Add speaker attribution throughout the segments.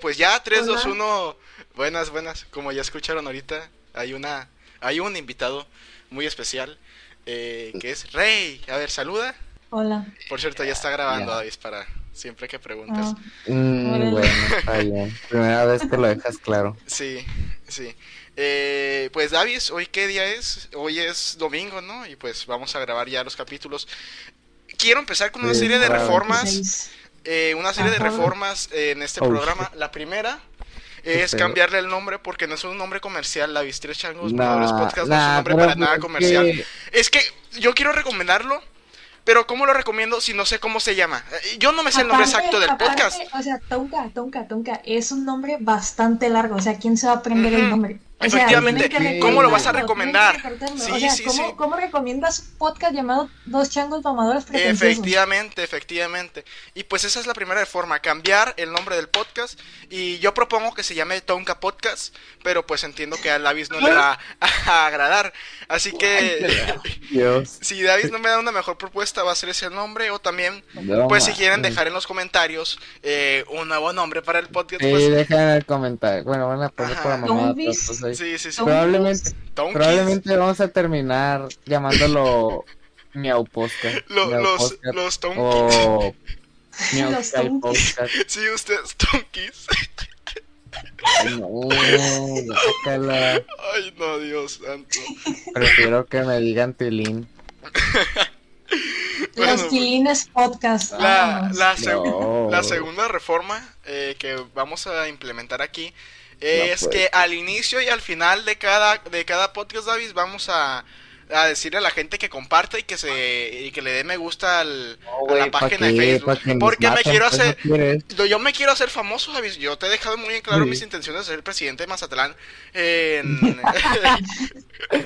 Speaker 1: pues ya, 3,
Speaker 2: Hola.
Speaker 1: 2, 1. Buenas, buenas. Como ya escucharon ahorita, hay una hay un invitado muy especial eh, que es Rey. A ver, saluda.
Speaker 2: Hola.
Speaker 1: Por cierto, ya está grabando,
Speaker 3: Ya.
Speaker 1: David, para siempre que preguntas.
Speaker 2: Ah,
Speaker 3: Mm,
Speaker 2: Órale.
Speaker 3: bueno, está bien. Primera vez que lo dejas claro.
Speaker 1: Sí, sí. Eh, pues Davis, ¿hoy qué día es? Hoy es domingo, ¿no? Y pues vamos a grabar ya los capítulos. Quiero empezar con una
Speaker 3: Sí,
Speaker 1: serie de
Speaker 3: claro.
Speaker 1: reformas,
Speaker 2: seis.
Speaker 1: eh, una serie de
Speaker 2: Ajá.
Speaker 1: reformas eh, en este
Speaker 3: Oh,
Speaker 1: programa. La primera es
Speaker 3: Pero-
Speaker 1: cambiarle el nombre porque no es un nombre comercial. La Tres Changos Pobres
Speaker 3: Nah,
Speaker 1: Podcast no es un
Speaker 3: nah,
Speaker 1: nombre
Speaker 3: pero
Speaker 1: para nada
Speaker 3: es
Speaker 1: comercial.
Speaker 3: que-
Speaker 1: Es que yo quiero recomendarlo, pero ¿cómo lo recomiendo si no sé cómo se llama? Eh, Yo no me sé el nombre
Speaker 2: Aparte-
Speaker 1: exacto del
Speaker 2: aparte,
Speaker 1: podcast.
Speaker 2: O sea, Tonka, Tonka, Tonka, es un nombre bastante largo. O sea, ¿quién se va a aprender
Speaker 1: Ujú.
Speaker 2: el nombre? O sea,
Speaker 1: Efectivamente,
Speaker 2: tienen que
Speaker 3: ¿cómo lo vas a
Speaker 1: recomendar?
Speaker 2: tienen que recordarlo.
Speaker 1: Sí,
Speaker 2: o sea,
Speaker 1: sí,
Speaker 2: ¿cómo,
Speaker 1: sí.
Speaker 2: ¿cómo recomiendas un podcast llamado Dos Changos Mamadores Pretenciosos?
Speaker 1: Efectivamente, efectivamente. Y pues esa es la primera reforma, cambiar el nombre del podcast. Y yo propongo que se llame Tonka Podcast, pero pues entiendo que a Davis no le va a agradar. Así que
Speaker 3: Dios.
Speaker 1: si Davis no me da una mejor propuesta, va a ser ese nombre. O también, pues si quieren dejar en los comentarios eh, un nuevo nombre para el podcast,
Speaker 3: Sí,
Speaker 1: pues...
Speaker 3: dejen en el comentario. Bueno, van a poner
Speaker 1: Ajá.
Speaker 3: por la mamada. pero,
Speaker 2: Zombies.
Speaker 3: pues, ahí-
Speaker 1: Sí, sí, sí.
Speaker 2: Tonka.
Speaker 3: Probablemente,
Speaker 1: Tonkis.
Speaker 3: probablemente vamos a terminar llamándolo Miau Podcast.
Speaker 1: Lo-
Speaker 3: Miau
Speaker 1: los
Speaker 3: Podcast Oh.
Speaker 1: los Tonkis.
Speaker 3: O Miau
Speaker 2: Los
Speaker 3: Kai
Speaker 2: Tonkis.
Speaker 3: Podcast.
Speaker 1: Sí, ustedes Tonkis.
Speaker 3: Ay, no, guácala.
Speaker 1: Ay, no, Dios santo.
Speaker 3: Prefiero que me digan Tilín.
Speaker 2: Los
Speaker 1: Bueno, pues,
Speaker 2: Quilines Podcast.
Speaker 1: La,
Speaker 2: vámonos.
Speaker 1: la segu-
Speaker 3: Ah, No.
Speaker 1: la segunda reforma eh, que vamos a implementar aquí es
Speaker 3: No, pues.
Speaker 1: que al inicio y al final de cada, de cada podcast, Davis, vamos a, a decirle a la gente que comparte y que se y que le dé me gusta al, a la página de Facebook. Porque me quiero hacer... Yo yo me quiero hacer famoso, Davis. Yo te he dejado muy en claro
Speaker 3: Sí.
Speaker 1: mis intenciones de ser presidente de Mazatlán en, en,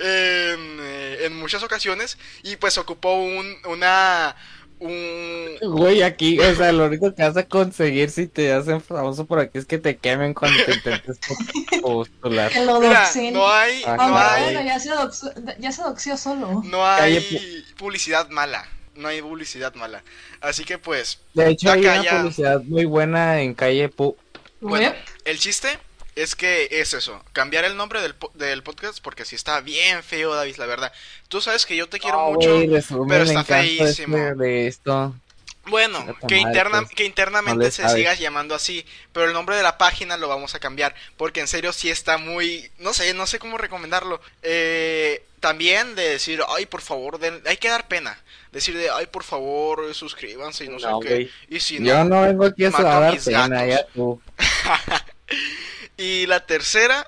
Speaker 1: eh, en muchas ocasiones. Y pues ocupó un, una, un,
Speaker 3: Güey, aquí, o sea, lo único que vas a conseguir si te hacen famoso por aquí es que te quemen cuando te intentes postular.
Speaker 2: Que lo
Speaker 1: Mira,
Speaker 2: doxen.
Speaker 1: no hay,
Speaker 3: Ah,
Speaker 1: no
Speaker 2: Ah,
Speaker 3: caray.
Speaker 2: bueno,
Speaker 1: hay,
Speaker 2: ya se, doxó- ya se doxió solo.
Speaker 1: no hay
Speaker 3: Calle
Speaker 1: publicidad mala. No hay publicidad mala. Así que pues,
Speaker 3: De hecho, hay
Speaker 1: Acá
Speaker 3: una
Speaker 1: ya.
Speaker 3: publicidad muy buena en calle Pu.
Speaker 1: bueno,
Speaker 2: Wep.
Speaker 1: el chiste es que es eso, cambiar el nombre del, po- del podcast porque si está bien feo, David, la verdad. Tú sabes que yo te quiero
Speaker 3: No,
Speaker 1: mucho.
Speaker 3: Ah, güey, resumen,
Speaker 1: pero
Speaker 3: me
Speaker 1: está
Speaker 3: encanta este
Speaker 1: feísimo.
Speaker 3: de esto.
Speaker 1: Bueno,
Speaker 3: Está
Speaker 1: que,
Speaker 3: mal,
Speaker 1: interna-
Speaker 3: pues.
Speaker 1: que internamente
Speaker 3: No le
Speaker 1: se
Speaker 3: sabes.
Speaker 1: siga llamando así, pero el nombre de la página lo vamos a cambiar, porque en serio sí está muy, no sé, no sé cómo recomendarlo. Eh, también de decir, ay, por favor, den- hay que dar pena. Decir de, ay, por favor, suscríbanse y no, sé
Speaker 3: No,
Speaker 1: qué.
Speaker 3: güey.
Speaker 1: Y si
Speaker 3: Yo no vengo aquí a
Speaker 1: mato a
Speaker 3: dar
Speaker 1: mis
Speaker 3: pena,
Speaker 1: gatos.
Speaker 3: ya tú.
Speaker 1: Y la tercera,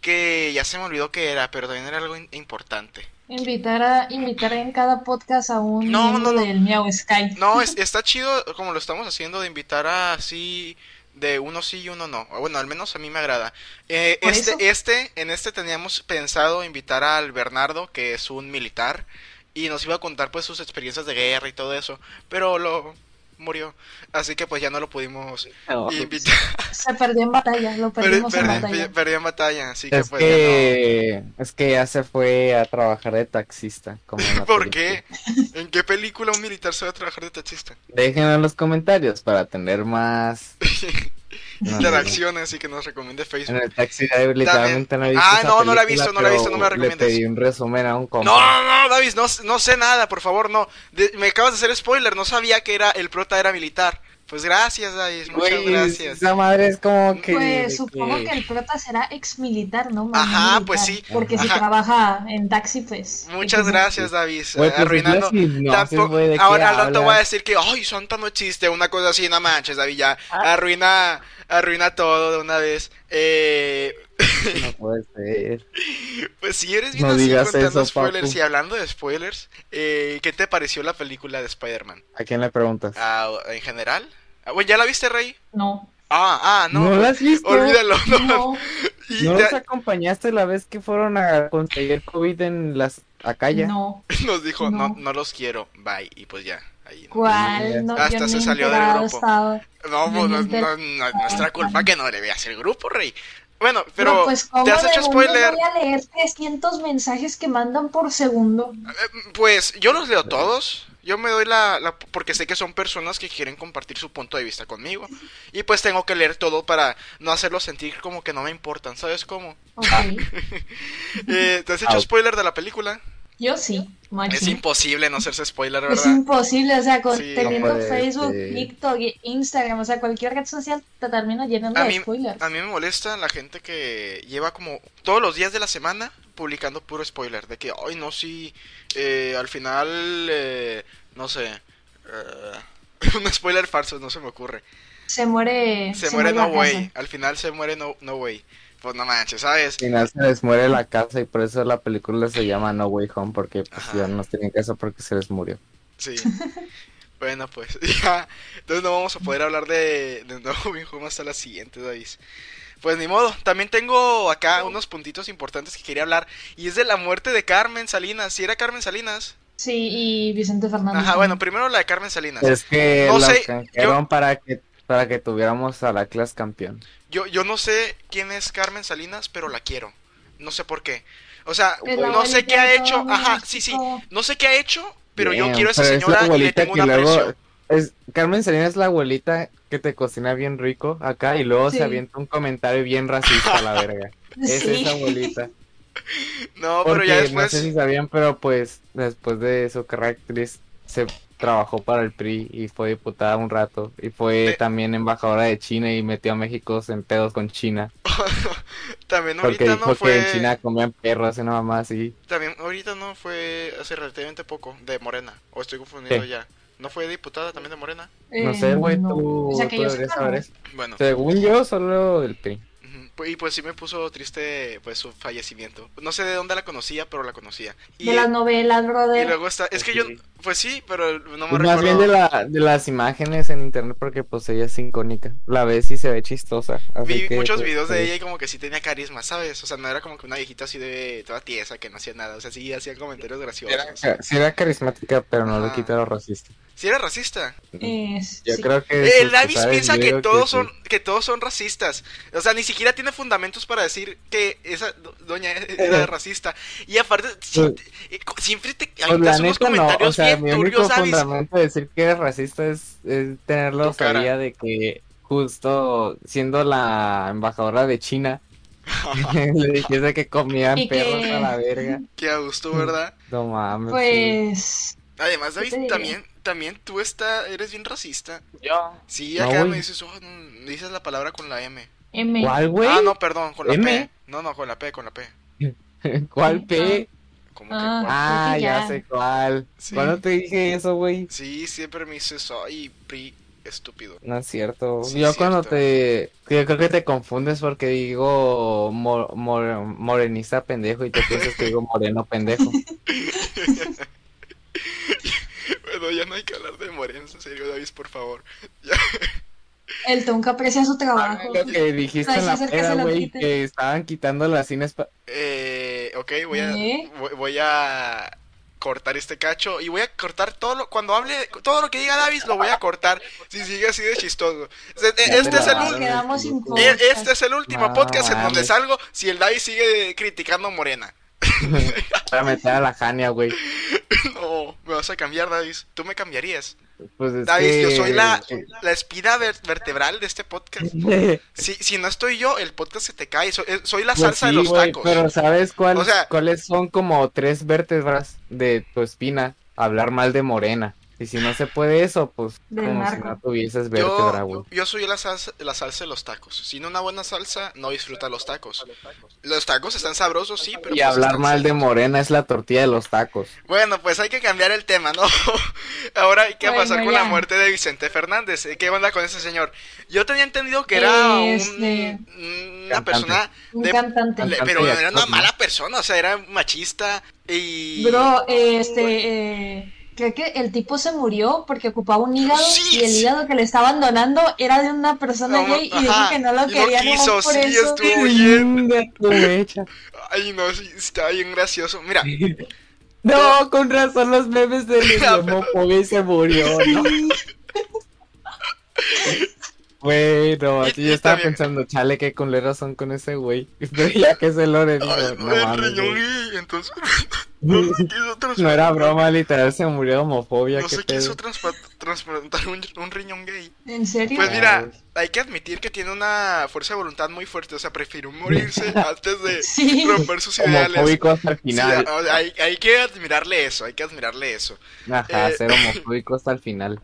Speaker 1: que ya se me olvidó que era, pero también era algo in- importante.
Speaker 2: Invitar a, invitar en cada podcast a un
Speaker 1: No,
Speaker 2: miembro
Speaker 1: no, no.
Speaker 2: del Miau Sky.
Speaker 1: No, es- está chido como lo estamos haciendo de invitar a así de uno sí y uno no. Bueno, al menos a mí me agrada. Eh,
Speaker 2: Por
Speaker 1: este,
Speaker 2: eso.
Speaker 1: este, en este teníamos pensado invitar al Bernardo, que es un militar, y nos iba a contar pues sus experiencias de guerra y todo eso, pero lo murió, así que pues ya no lo pudimos
Speaker 3: No. pues,
Speaker 1: invitar.
Speaker 2: Se perdió en batalla, lo
Speaker 1: Per-
Speaker 2: perdimos en
Speaker 1: per-
Speaker 2: batalla.
Speaker 1: per- perdió en batalla, así que
Speaker 3: Es
Speaker 1: pues ya
Speaker 3: que, es que ya se fue a trabajar de taxista. Como en la
Speaker 1: no. ¿Por
Speaker 3: película.
Speaker 1: qué? ¿En qué película un militar se va a trabajar de taxista?
Speaker 3: Déjenlo en los comentarios para tener más no, no, no.
Speaker 1: Interacciones y que nos recomiende Facebook.
Speaker 3: En el taxi Drive literalmente no he visto.
Speaker 1: Ah,
Speaker 3: esa
Speaker 1: no, no la he
Speaker 3: película,
Speaker 1: visto, no la he
Speaker 3: pero
Speaker 1: visto, no me la recomiendas.
Speaker 3: Le pedí un resumen a un compa.
Speaker 1: No, no, Davis, no, no sé nada, por favor, no. De- me acabas de hacer spoiler, no sabía que era el prota era militar. Pues gracias, Davis, muchas
Speaker 3: Güey,
Speaker 1: gracias.
Speaker 3: Esa madre es como que.
Speaker 2: Pues supongo que
Speaker 3: que-
Speaker 2: el prota será ex militar, ¿no?
Speaker 1: Ajá,
Speaker 2: militar,
Speaker 1: pues sí.
Speaker 2: Porque si
Speaker 1: Ajá.
Speaker 2: trabaja en taxi, pues.
Speaker 1: Muchas
Speaker 2: equis.
Speaker 1: gracias, Davis. eh,
Speaker 3: Güey, pues,
Speaker 1: arruinando.
Speaker 3: es la sinopsis,
Speaker 1: Tampoco-
Speaker 3: güey, ¿de qué
Speaker 1: ahora al rato
Speaker 3: hablas?
Speaker 1: voy a decir que, ay, Santa no existe, una cosa así, no manches, Davis, ya. Arruina, arruina todo de una vez. Eh,
Speaker 3: No puede ser.
Speaker 1: pues si eres bien
Speaker 3: No
Speaker 1: así
Speaker 3: digas
Speaker 1: contando
Speaker 3: eso, papu.
Speaker 1: spoilers y hablando de spoilers, eh, ¿qué te pareció la película de Spider-Man?
Speaker 3: ¿A quién le preguntas?
Speaker 1: Ah, ¿En general? Ah, bueno, ¿ya la viste, Rey?
Speaker 2: No.
Speaker 1: Ah, ah,
Speaker 3: no,
Speaker 1: no.
Speaker 3: la has visto.
Speaker 1: Olvídalo, no.
Speaker 2: No.
Speaker 1: Y
Speaker 3: No
Speaker 1: te-
Speaker 3: nos acompañaste la vez que fueron a conseguir COVID en las acaya.
Speaker 2: No.
Speaker 1: nos dijo, no.
Speaker 2: No.
Speaker 1: no, los quiero, bye. Y pues ya, ahí. No,
Speaker 3: Mira.
Speaker 2: ¿Cuál? No,
Speaker 1: Hasta
Speaker 2: yo ni
Speaker 1: se salió del
Speaker 2: enterado
Speaker 1: grupo.
Speaker 2: estaba.
Speaker 1: No,
Speaker 2: Yo
Speaker 1: pues, no,
Speaker 2: ni te-
Speaker 1: no- no es nuestra culpa que no le veas el grupo, rey. Bueno, pero,
Speaker 2: Pero, pues, ¿cómo
Speaker 1: te has
Speaker 2: de
Speaker 1: hecho
Speaker 2: dónde
Speaker 1: spoiler.
Speaker 2: Voy a leer 300 mensajes que mandan por segundo.
Speaker 1: eh, Pues yo los leo todos. Yo me doy la, la, porque sé que son personas que quieren compartir su punto de vista conmigo. Y pues tengo que leer todo para no hacerlo sentir como que no me importan, ¿sabes cómo?
Speaker 2: Okay.
Speaker 1: eh, ¿Te has hecho spoiler de la película?
Speaker 2: Yo ¿Ah, sí. Pues
Speaker 1: Es
Speaker 2: machín.
Speaker 1: imposible no hacerse spoiler, ¿verdad?
Speaker 2: Es imposible, o sea, con,
Speaker 1: Sí.
Speaker 2: teniendo
Speaker 3: No puede
Speaker 2: Facebook,
Speaker 3: ser.
Speaker 2: TikTok, Instagram, o sea, cualquier red social te termina llenando
Speaker 1: A
Speaker 2: de
Speaker 1: mí,
Speaker 2: spoilers.
Speaker 1: a mí me molesta la gente que lleva como todos los días de la semana publicando puro spoiler. De que, ay, no, sí, eh, al final, eh, no sé. eh, un spoiler falso, no se me ocurre.
Speaker 2: Se muere.
Speaker 1: Se, muere
Speaker 2: la
Speaker 1: No Way.
Speaker 2: casa.
Speaker 1: Al final se muere No, no Way. Pues no manches, ¿sabes?
Speaker 3: Al final se les muere la casa y por eso la película se llama No Way Home, porque pues
Speaker 1: Ajá.
Speaker 3: ya no tienen casa porque se les murió.
Speaker 1: Sí. bueno, pues ya. Entonces no vamos a poder hablar de, de No Way Home hasta la siguiente, David. Pues ni modo. También tengo acá unos puntitos importantes que quería hablar. Y es de la muerte de Carmen Salinas. Si era Carmen Salinas.
Speaker 2: Sí, y Vicente Fernández.
Speaker 1: Ajá, bueno, primero la de Carmen Salinas.
Speaker 3: Es que
Speaker 1: No
Speaker 3: la
Speaker 1: sé,
Speaker 3: canjearon para que para que tuviéramos a la clase campeón.
Speaker 1: Yo, yo no sé quién es Carmen Salinas, pero la quiero. No sé por qué. O sea,
Speaker 2: Es la
Speaker 1: no sé
Speaker 2: abuelita
Speaker 1: qué ha
Speaker 2: de
Speaker 1: hecho.
Speaker 2: todo
Speaker 1: Ajá, sí, sí.
Speaker 2: México.
Speaker 1: No sé qué ha hecho, pero yo
Speaker 3: Bien,
Speaker 1: quiero a esa
Speaker 3: pero es la
Speaker 1: señora y le
Speaker 3: abuelita
Speaker 1: tengo un
Speaker 3: que luego-
Speaker 1: aprecio.
Speaker 3: Es, Carmen Salinas es la abuelita que te cocina bien rico acá y luego
Speaker 2: Sí.
Speaker 3: se avienta un comentario bien racista a la verga. Es
Speaker 2: Sí.
Speaker 3: esa abuelita.
Speaker 1: No, pero
Speaker 3: Porque
Speaker 1: ya
Speaker 3: no
Speaker 1: después.
Speaker 3: sé si sabían, pero pues después de su carrera de actriz se trabajó para el PRI y fue diputada un rato y fue
Speaker 1: De-
Speaker 3: también embajadora de China y metió a México en pedos con China
Speaker 1: También
Speaker 3: porque
Speaker 1: ahorita
Speaker 3: dijo
Speaker 1: no fue.
Speaker 3: que en China comían perros y nada más y
Speaker 1: También ahorita no fue hace relativamente poco de Morena. O estoy confundido
Speaker 3: Sí.
Speaker 1: ya. ¿No fue diputada también de Morena?
Speaker 3: no
Speaker 2: Eh,
Speaker 3: sé, güey,
Speaker 2: no.
Speaker 3: tú,
Speaker 2: O sea, que
Speaker 3: tú
Speaker 2: yo
Speaker 3: deberías
Speaker 2: sepa,
Speaker 3: saber
Speaker 2: no.
Speaker 3: eso.
Speaker 1: Bueno,
Speaker 3: Según yo, solo del PRI.
Speaker 1: ujú, pues- y pues sí me puso triste pues su fallecimiento. No sé de dónde la conocía, pero la conocía. Y,
Speaker 2: De las novelas,
Speaker 1: y
Speaker 2: brother.
Speaker 1: luego está. Es que yo. Pues sí, pero no me
Speaker 3: Pues más bien de,
Speaker 1: recuerdo.
Speaker 3: la, de las imágenes en internet porque pues ella es icónica. La ves y se ve chistosa. así
Speaker 1: Vi
Speaker 3: que,
Speaker 1: muchos
Speaker 3: pues,
Speaker 1: videos
Speaker 3: sí.
Speaker 1: de ella y como que sí tenía carisma, ¿sabes? O sea, no era como que una viejita así de toda tiesa que no hacía nada. O sea, sí hacía comentarios graciosos.
Speaker 3: Era- Sí era carismática, pero no le
Speaker 1: Ajá.
Speaker 3: quita lo racista.
Speaker 1: Sí era racista.
Speaker 2: Eh, sí.
Speaker 3: Yo creo que...
Speaker 1: Eh,
Speaker 3: sus-
Speaker 1: El Davis
Speaker 3: pues, ¿sabes?
Speaker 1: piensa
Speaker 3: Yo
Speaker 1: que
Speaker 3: digo
Speaker 1: todos
Speaker 3: sí.
Speaker 1: son que todos son racistas. O sea, ni siquiera tiene fundamentos para decir que esa do- doña e-, era racista. Y aparte, si-
Speaker 3: Pues-
Speaker 1: eh, co- siempre te
Speaker 3: Pues la
Speaker 1: aventas unos
Speaker 3: neta no, o
Speaker 1: comentarios
Speaker 3: sea, mi
Speaker 1: bien
Speaker 3: único
Speaker 1: turbios, Davis.
Speaker 3: fundamento de decir que eres racista es, es tener la
Speaker 1: Tu cara.
Speaker 3: osadía de que justo siendo la embajadora de China le dijese que comían
Speaker 2: Y que-
Speaker 3: perros a la verga.
Speaker 1: Qué a gusto, ¿verdad?
Speaker 3: No mames. sí.
Speaker 2: Pues.
Speaker 1: Además,
Speaker 2: ¿Qué
Speaker 1: Davis,
Speaker 2: te diré?
Speaker 1: también, también tú está, eres bien racista.
Speaker 2: pues,
Speaker 3: Yo.
Speaker 1: Sí,
Speaker 3: No,
Speaker 1: acá
Speaker 3: güey.
Speaker 1: me dices, oh, no, dices la palabra con la M.
Speaker 2: M.
Speaker 3: ¿Cuál, güey?
Speaker 1: Ah, no, perdón, con la P.
Speaker 3: M.
Speaker 1: No, no, con la P, con la P.
Speaker 3: ¿Cuál P?
Speaker 1: Como
Speaker 2: Ah.
Speaker 1: que,
Speaker 3: Ah,
Speaker 2: creo que
Speaker 3: ya.
Speaker 2: ya.
Speaker 3: sé cuál.
Speaker 1: Sí.
Speaker 3: ¿Cuándo te dije eso, güey?
Speaker 1: sí, siempre me dices, ay, pri, estúpido.
Speaker 3: No es cierto.
Speaker 1: Sí,
Speaker 3: yo
Speaker 1: es
Speaker 3: cuando
Speaker 1: cierto.
Speaker 3: te... Yo creo que te confundes porque digo mo- more- morenista pendejo y te piensas que digo moreno pendejo.
Speaker 1: Bueno, ya no hay que hablar de Morena, en serio, Davis, por favor.
Speaker 2: El Tonka aprecia su trabajo.
Speaker 3: Lo que dijiste
Speaker 2: Ay,
Speaker 3: en la
Speaker 2: sí, acércase
Speaker 3: peda,
Speaker 2: la
Speaker 3: güey,
Speaker 2: quite.
Speaker 3: que estaban quitando las cines pa-
Speaker 1: Eh, ok, voy a,
Speaker 2: ¿Eh?
Speaker 1: voy, voy a cortar este cacho y voy a cortar todo lo, cuando hable, todo lo que diga Davis lo voy a cortar si sigue así de chistoso. Se-
Speaker 3: Ya
Speaker 1: Este
Speaker 3: te
Speaker 1: es el,
Speaker 3: la-
Speaker 1: ul-
Speaker 2: Quedamos sin
Speaker 3: Eh,
Speaker 1: e-
Speaker 2: podcast.
Speaker 1: este es el último
Speaker 3: No,
Speaker 1: podcast en donde
Speaker 3: mames.
Speaker 1: salgo si el Davis sigue criticando a Morena.
Speaker 3: para meter a la jania, güey.
Speaker 1: No, me vas a cambiar, Davis. Tú me cambiarías.
Speaker 3: Pues es
Speaker 1: Davis,
Speaker 3: que-
Speaker 1: yo soy la, la espina ver- vertebral de este podcast. Si, si no estoy yo, el podcast se te cae. Soy, eh, soy la
Speaker 3: Pues
Speaker 1: salsa de
Speaker 3: sí,
Speaker 1: los
Speaker 3: güey,
Speaker 1: tacos.
Speaker 3: Pero ¿sabes cuál-
Speaker 1: O sea-
Speaker 3: cuáles son como tres vértebras de tu espina? Hablar mal de Morena. Y si no se puede eso, pues
Speaker 2: Del
Speaker 3: como si
Speaker 2: narco.
Speaker 3: no tuvieses vértebra, güey.
Speaker 1: Yo, yo soy la salsa, la salsa de los tacos. Sin una buena salsa, no disfruta los tacos. Los tacos están sabrosos, sí, pero...
Speaker 3: Y
Speaker 1: pues
Speaker 3: hablar
Speaker 1: están
Speaker 3: mal de
Speaker 1: secos.
Speaker 3: Morena es la tortilla de los tacos.
Speaker 1: Bueno, pues hay que cambiar el tema, ¿no? Ahora hay que
Speaker 2: Bueno,
Speaker 1: pasar con la
Speaker 2: ya.
Speaker 1: muerte de Vicente Fernández. Eh, ¿Qué onda con ese señor? Yo tenía entendido que era un-
Speaker 2: Este-
Speaker 1: una
Speaker 3: Cantante.
Speaker 1: persona...
Speaker 2: Un
Speaker 1: de-
Speaker 2: cantante.
Speaker 1: le-
Speaker 3: Cantante
Speaker 1: pero
Speaker 3: y
Speaker 1: era una
Speaker 3: actor, ¿no?
Speaker 1: mala persona, o sea, era machista y...
Speaker 2: Bro, eh, este, eh, creo que el tipo se murió porque ocupaba un hígado
Speaker 1: Sí,
Speaker 2: y el
Speaker 1: sí.
Speaker 2: hígado que le estaban donando era de una persona
Speaker 1: No,
Speaker 2: gay y dijo
Speaker 1: ajá,
Speaker 2: que no lo
Speaker 1: y no
Speaker 2: quería nomás
Speaker 1: quiso,
Speaker 2: por
Speaker 1: sí,
Speaker 2: eso.
Speaker 1: estuvo- Oye.
Speaker 3: Chinga tu mecha.
Speaker 1: Ay, no, sí, está bien gracioso. Mira,
Speaker 3: No, con razón los memes de Luis Homofobia se murió, ¿no? Güey, no, yo estaba pensando, chale, qué culeros son con ese güey. Pero ya que es el Loren, no mames.
Speaker 1: entonces.
Speaker 3: No,
Speaker 1: No se quiso
Speaker 3: No
Speaker 1: trasplantar.
Speaker 3: era broma, literal, se murió de homofobia,
Speaker 1: No
Speaker 3: qué
Speaker 1: se
Speaker 3: pedo.
Speaker 1: quiso transpa- trasplantar un, un riñón gay.
Speaker 2: ¿En serio?
Speaker 1: Pues mira,
Speaker 3: Ay.
Speaker 1: hay que admitir que tiene una fuerza de voluntad muy fuerte. O sea, prefirió morirse antes de
Speaker 2: sí.
Speaker 1: romper sus ideales.
Speaker 3: Homofóbico hasta el
Speaker 1: Sí,
Speaker 3: final.
Speaker 1: a- a- hay, hay que admirarle eso, hay que admirarle eso.
Speaker 3: Ajá,
Speaker 1: eh,
Speaker 3: ser homofóbico hasta el final.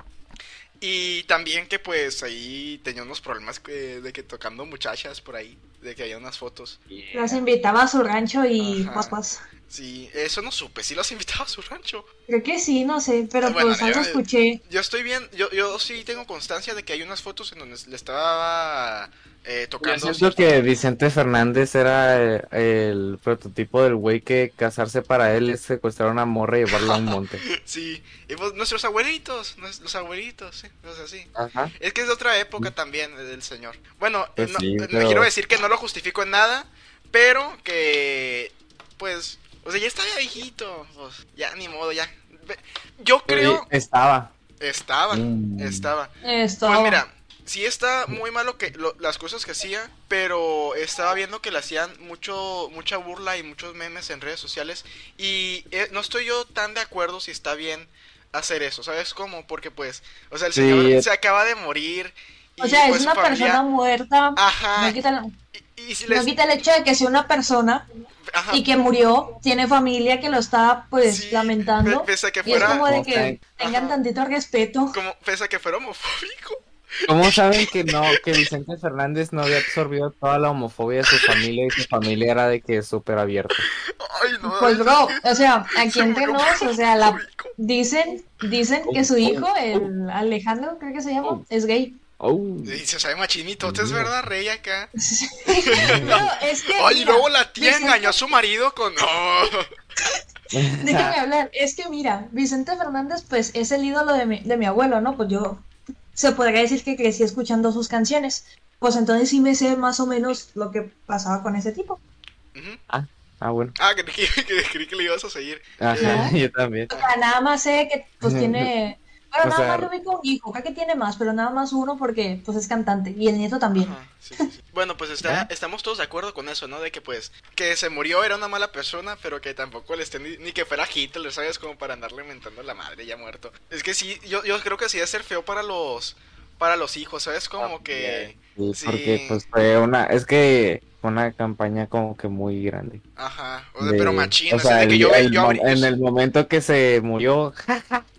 Speaker 1: Y también que pues ahí tenía unos problemas que- de que tocando muchachas por ahí, de que había unas fotos.
Speaker 2: Las invitaba a su rancho y
Speaker 1: Ajá.
Speaker 2: pues pues.
Speaker 1: Sí, eso no supe, sí los invitaba a su rancho.
Speaker 2: Creo que sí, no sé, pero
Speaker 1: Bueno,
Speaker 2: pues algo
Speaker 1: ya-
Speaker 2: escuché.
Speaker 1: Yo estoy bien, yo, yo sí tengo constancia de que hay unas fotos en donde le estaba eh,
Speaker 3: Yo
Speaker 1: tocando.
Speaker 3: siento que Vicente Fernández era eh, el prototipo del güey que casarse para él es secuestrar a una morra y llevarla a un monte.
Speaker 1: Sí, y pues, nuestros abuelitos, nos- los abuelitos, sí, o sea, sí.
Speaker 3: Ajá.
Speaker 1: Es que es de otra época también eh, del señor. Bueno, eh,
Speaker 3: Mm. Pues
Speaker 1: no,
Speaker 3: sí,
Speaker 1: eh, no
Speaker 3: pero-
Speaker 1: quiero decir que no lo justifico en nada, pero que, pues, o sea, ya está viejito, pues, ya ni modo, ya. Ve- Yo creo,
Speaker 3: Estaba.
Speaker 1: estaba,
Speaker 3: Mm.
Speaker 1: estaba.
Speaker 2: Esto.
Speaker 1: Pues mira, sí está muy malo que lo- las cosas que hacía, pero estaba viendo que le hacían mucho mucha burla y muchos memes en redes sociales y eh, no estoy yo tan de acuerdo si está bien hacer eso, ¿sabes cómo? Porque pues, o sea, el
Speaker 3: Sí,
Speaker 1: señor
Speaker 3: es-
Speaker 1: se acaba de morir y
Speaker 2: o sea,
Speaker 1: pues,
Speaker 2: es
Speaker 1: su
Speaker 2: una
Speaker 1: familia-
Speaker 2: persona muerta.
Speaker 1: Ajá.
Speaker 2: No quita, la-
Speaker 1: Y, y si
Speaker 2: no
Speaker 1: les
Speaker 2: quita el hecho de que sea una persona
Speaker 1: ajá,
Speaker 2: y que murió, tiene familia que lo está pues
Speaker 1: sí,
Speaker 2: lamentando.
Speaker 1: pe- pese a que
Speaker 2: Y es
Speaker 1: fuera
Speaker 2: como de
Speaker 3: Ok.
Speaker 2: que tengan
Speaker 1: Ajá.
Speaker 2: tantito respeto.
Speaker 1: como pese a que fuera homofóbico.
Speaker 3: ¿Cómo saben que no, que Vicente Fernández no había absorbido toda la homofobia de su familia y su familia era de que súper abierta?
Speaker 1: Ay, no.
Speaker 2: Pues
Speaker 1: es
Speaker 2: bro,
Speaker 1: que
Speaker 2: o sea, aquí
Speaker 1: se
Speaker 2: entre
Speaker 1: murió
Speaker 2: nos, o sea, la,
Speaker 1: homofóbico.
Speaker 2: dicen, dicen que su hijo, el Alejandro, creo que se llama, es gay.
Speaker 3: Oh.
Speaker 1: Y se sabe machinito, ¿tú es verdad, rey acá?
Speaker 2: No, es que
Speaker 1: Ay,
Speaker 2: mira,
Speaker 1: luego la tía
Speaker 2: Vicente-
Speaker 1: engañó a su marido con. No.
Speaker 2: Déjame hablar, es que mira, Vicente Fernández pues es el ídolo de mi, de mi abuelo, ¿no? Pues yo se podría decir que crecí escuchando sus canciones. Pues entonces sí me sé más o menos lo que pasaba con ese tipo.
Speaker 1: Ujú.
Speaker 3: Ah, bueno.
Speaker 1: Ah, creí que, que- creí que le ibas a seguir.
Speaker 3: Ajá, yo también.
Speaker 2: O sea, nada más sé que pues tiene...
Speaker 3: O
Speaker 2: Bueno, nada
Speaker 3: sea-
Speaker 2: más lo vi con un hijo, creo que tiene más, pero nada más uno porque pues es cantante y el nieto también.
Speaker 1: Ajá, sí, sí, sí. Bueno, pues está, estamos todos de acuerdo con eso, ¿no? De que pues que se murió era una mala persona, pero que tampoco le estén ni, ni que fuera Hitler, ¿sabes? Como para andarle mentando la madre ya muerto. Es que sí, yo, yo creo que sí debe ser feo para los para los hijos, ¿sabes?
Speaker 3: Ah,
Speaker 1: Como que
Speaker 3: Sí,
Speaker 1: Sí.
Speaker 3: porque pues fue una, es que fue una campaña como que muy grande.
Speaker 1: ajá, o sea,
Speaker 3: de-
Speaker 1: pero machín,
Speaker 3: o sea,
Speaker 1: de que
Speaker 3: el-
Speaker 1: yo, ve-
Speaker 3: el
Speaker 1: yo
Speaker 3: mo-
Speaker 1: abrí-
Speaker 3: en el momento que se murió.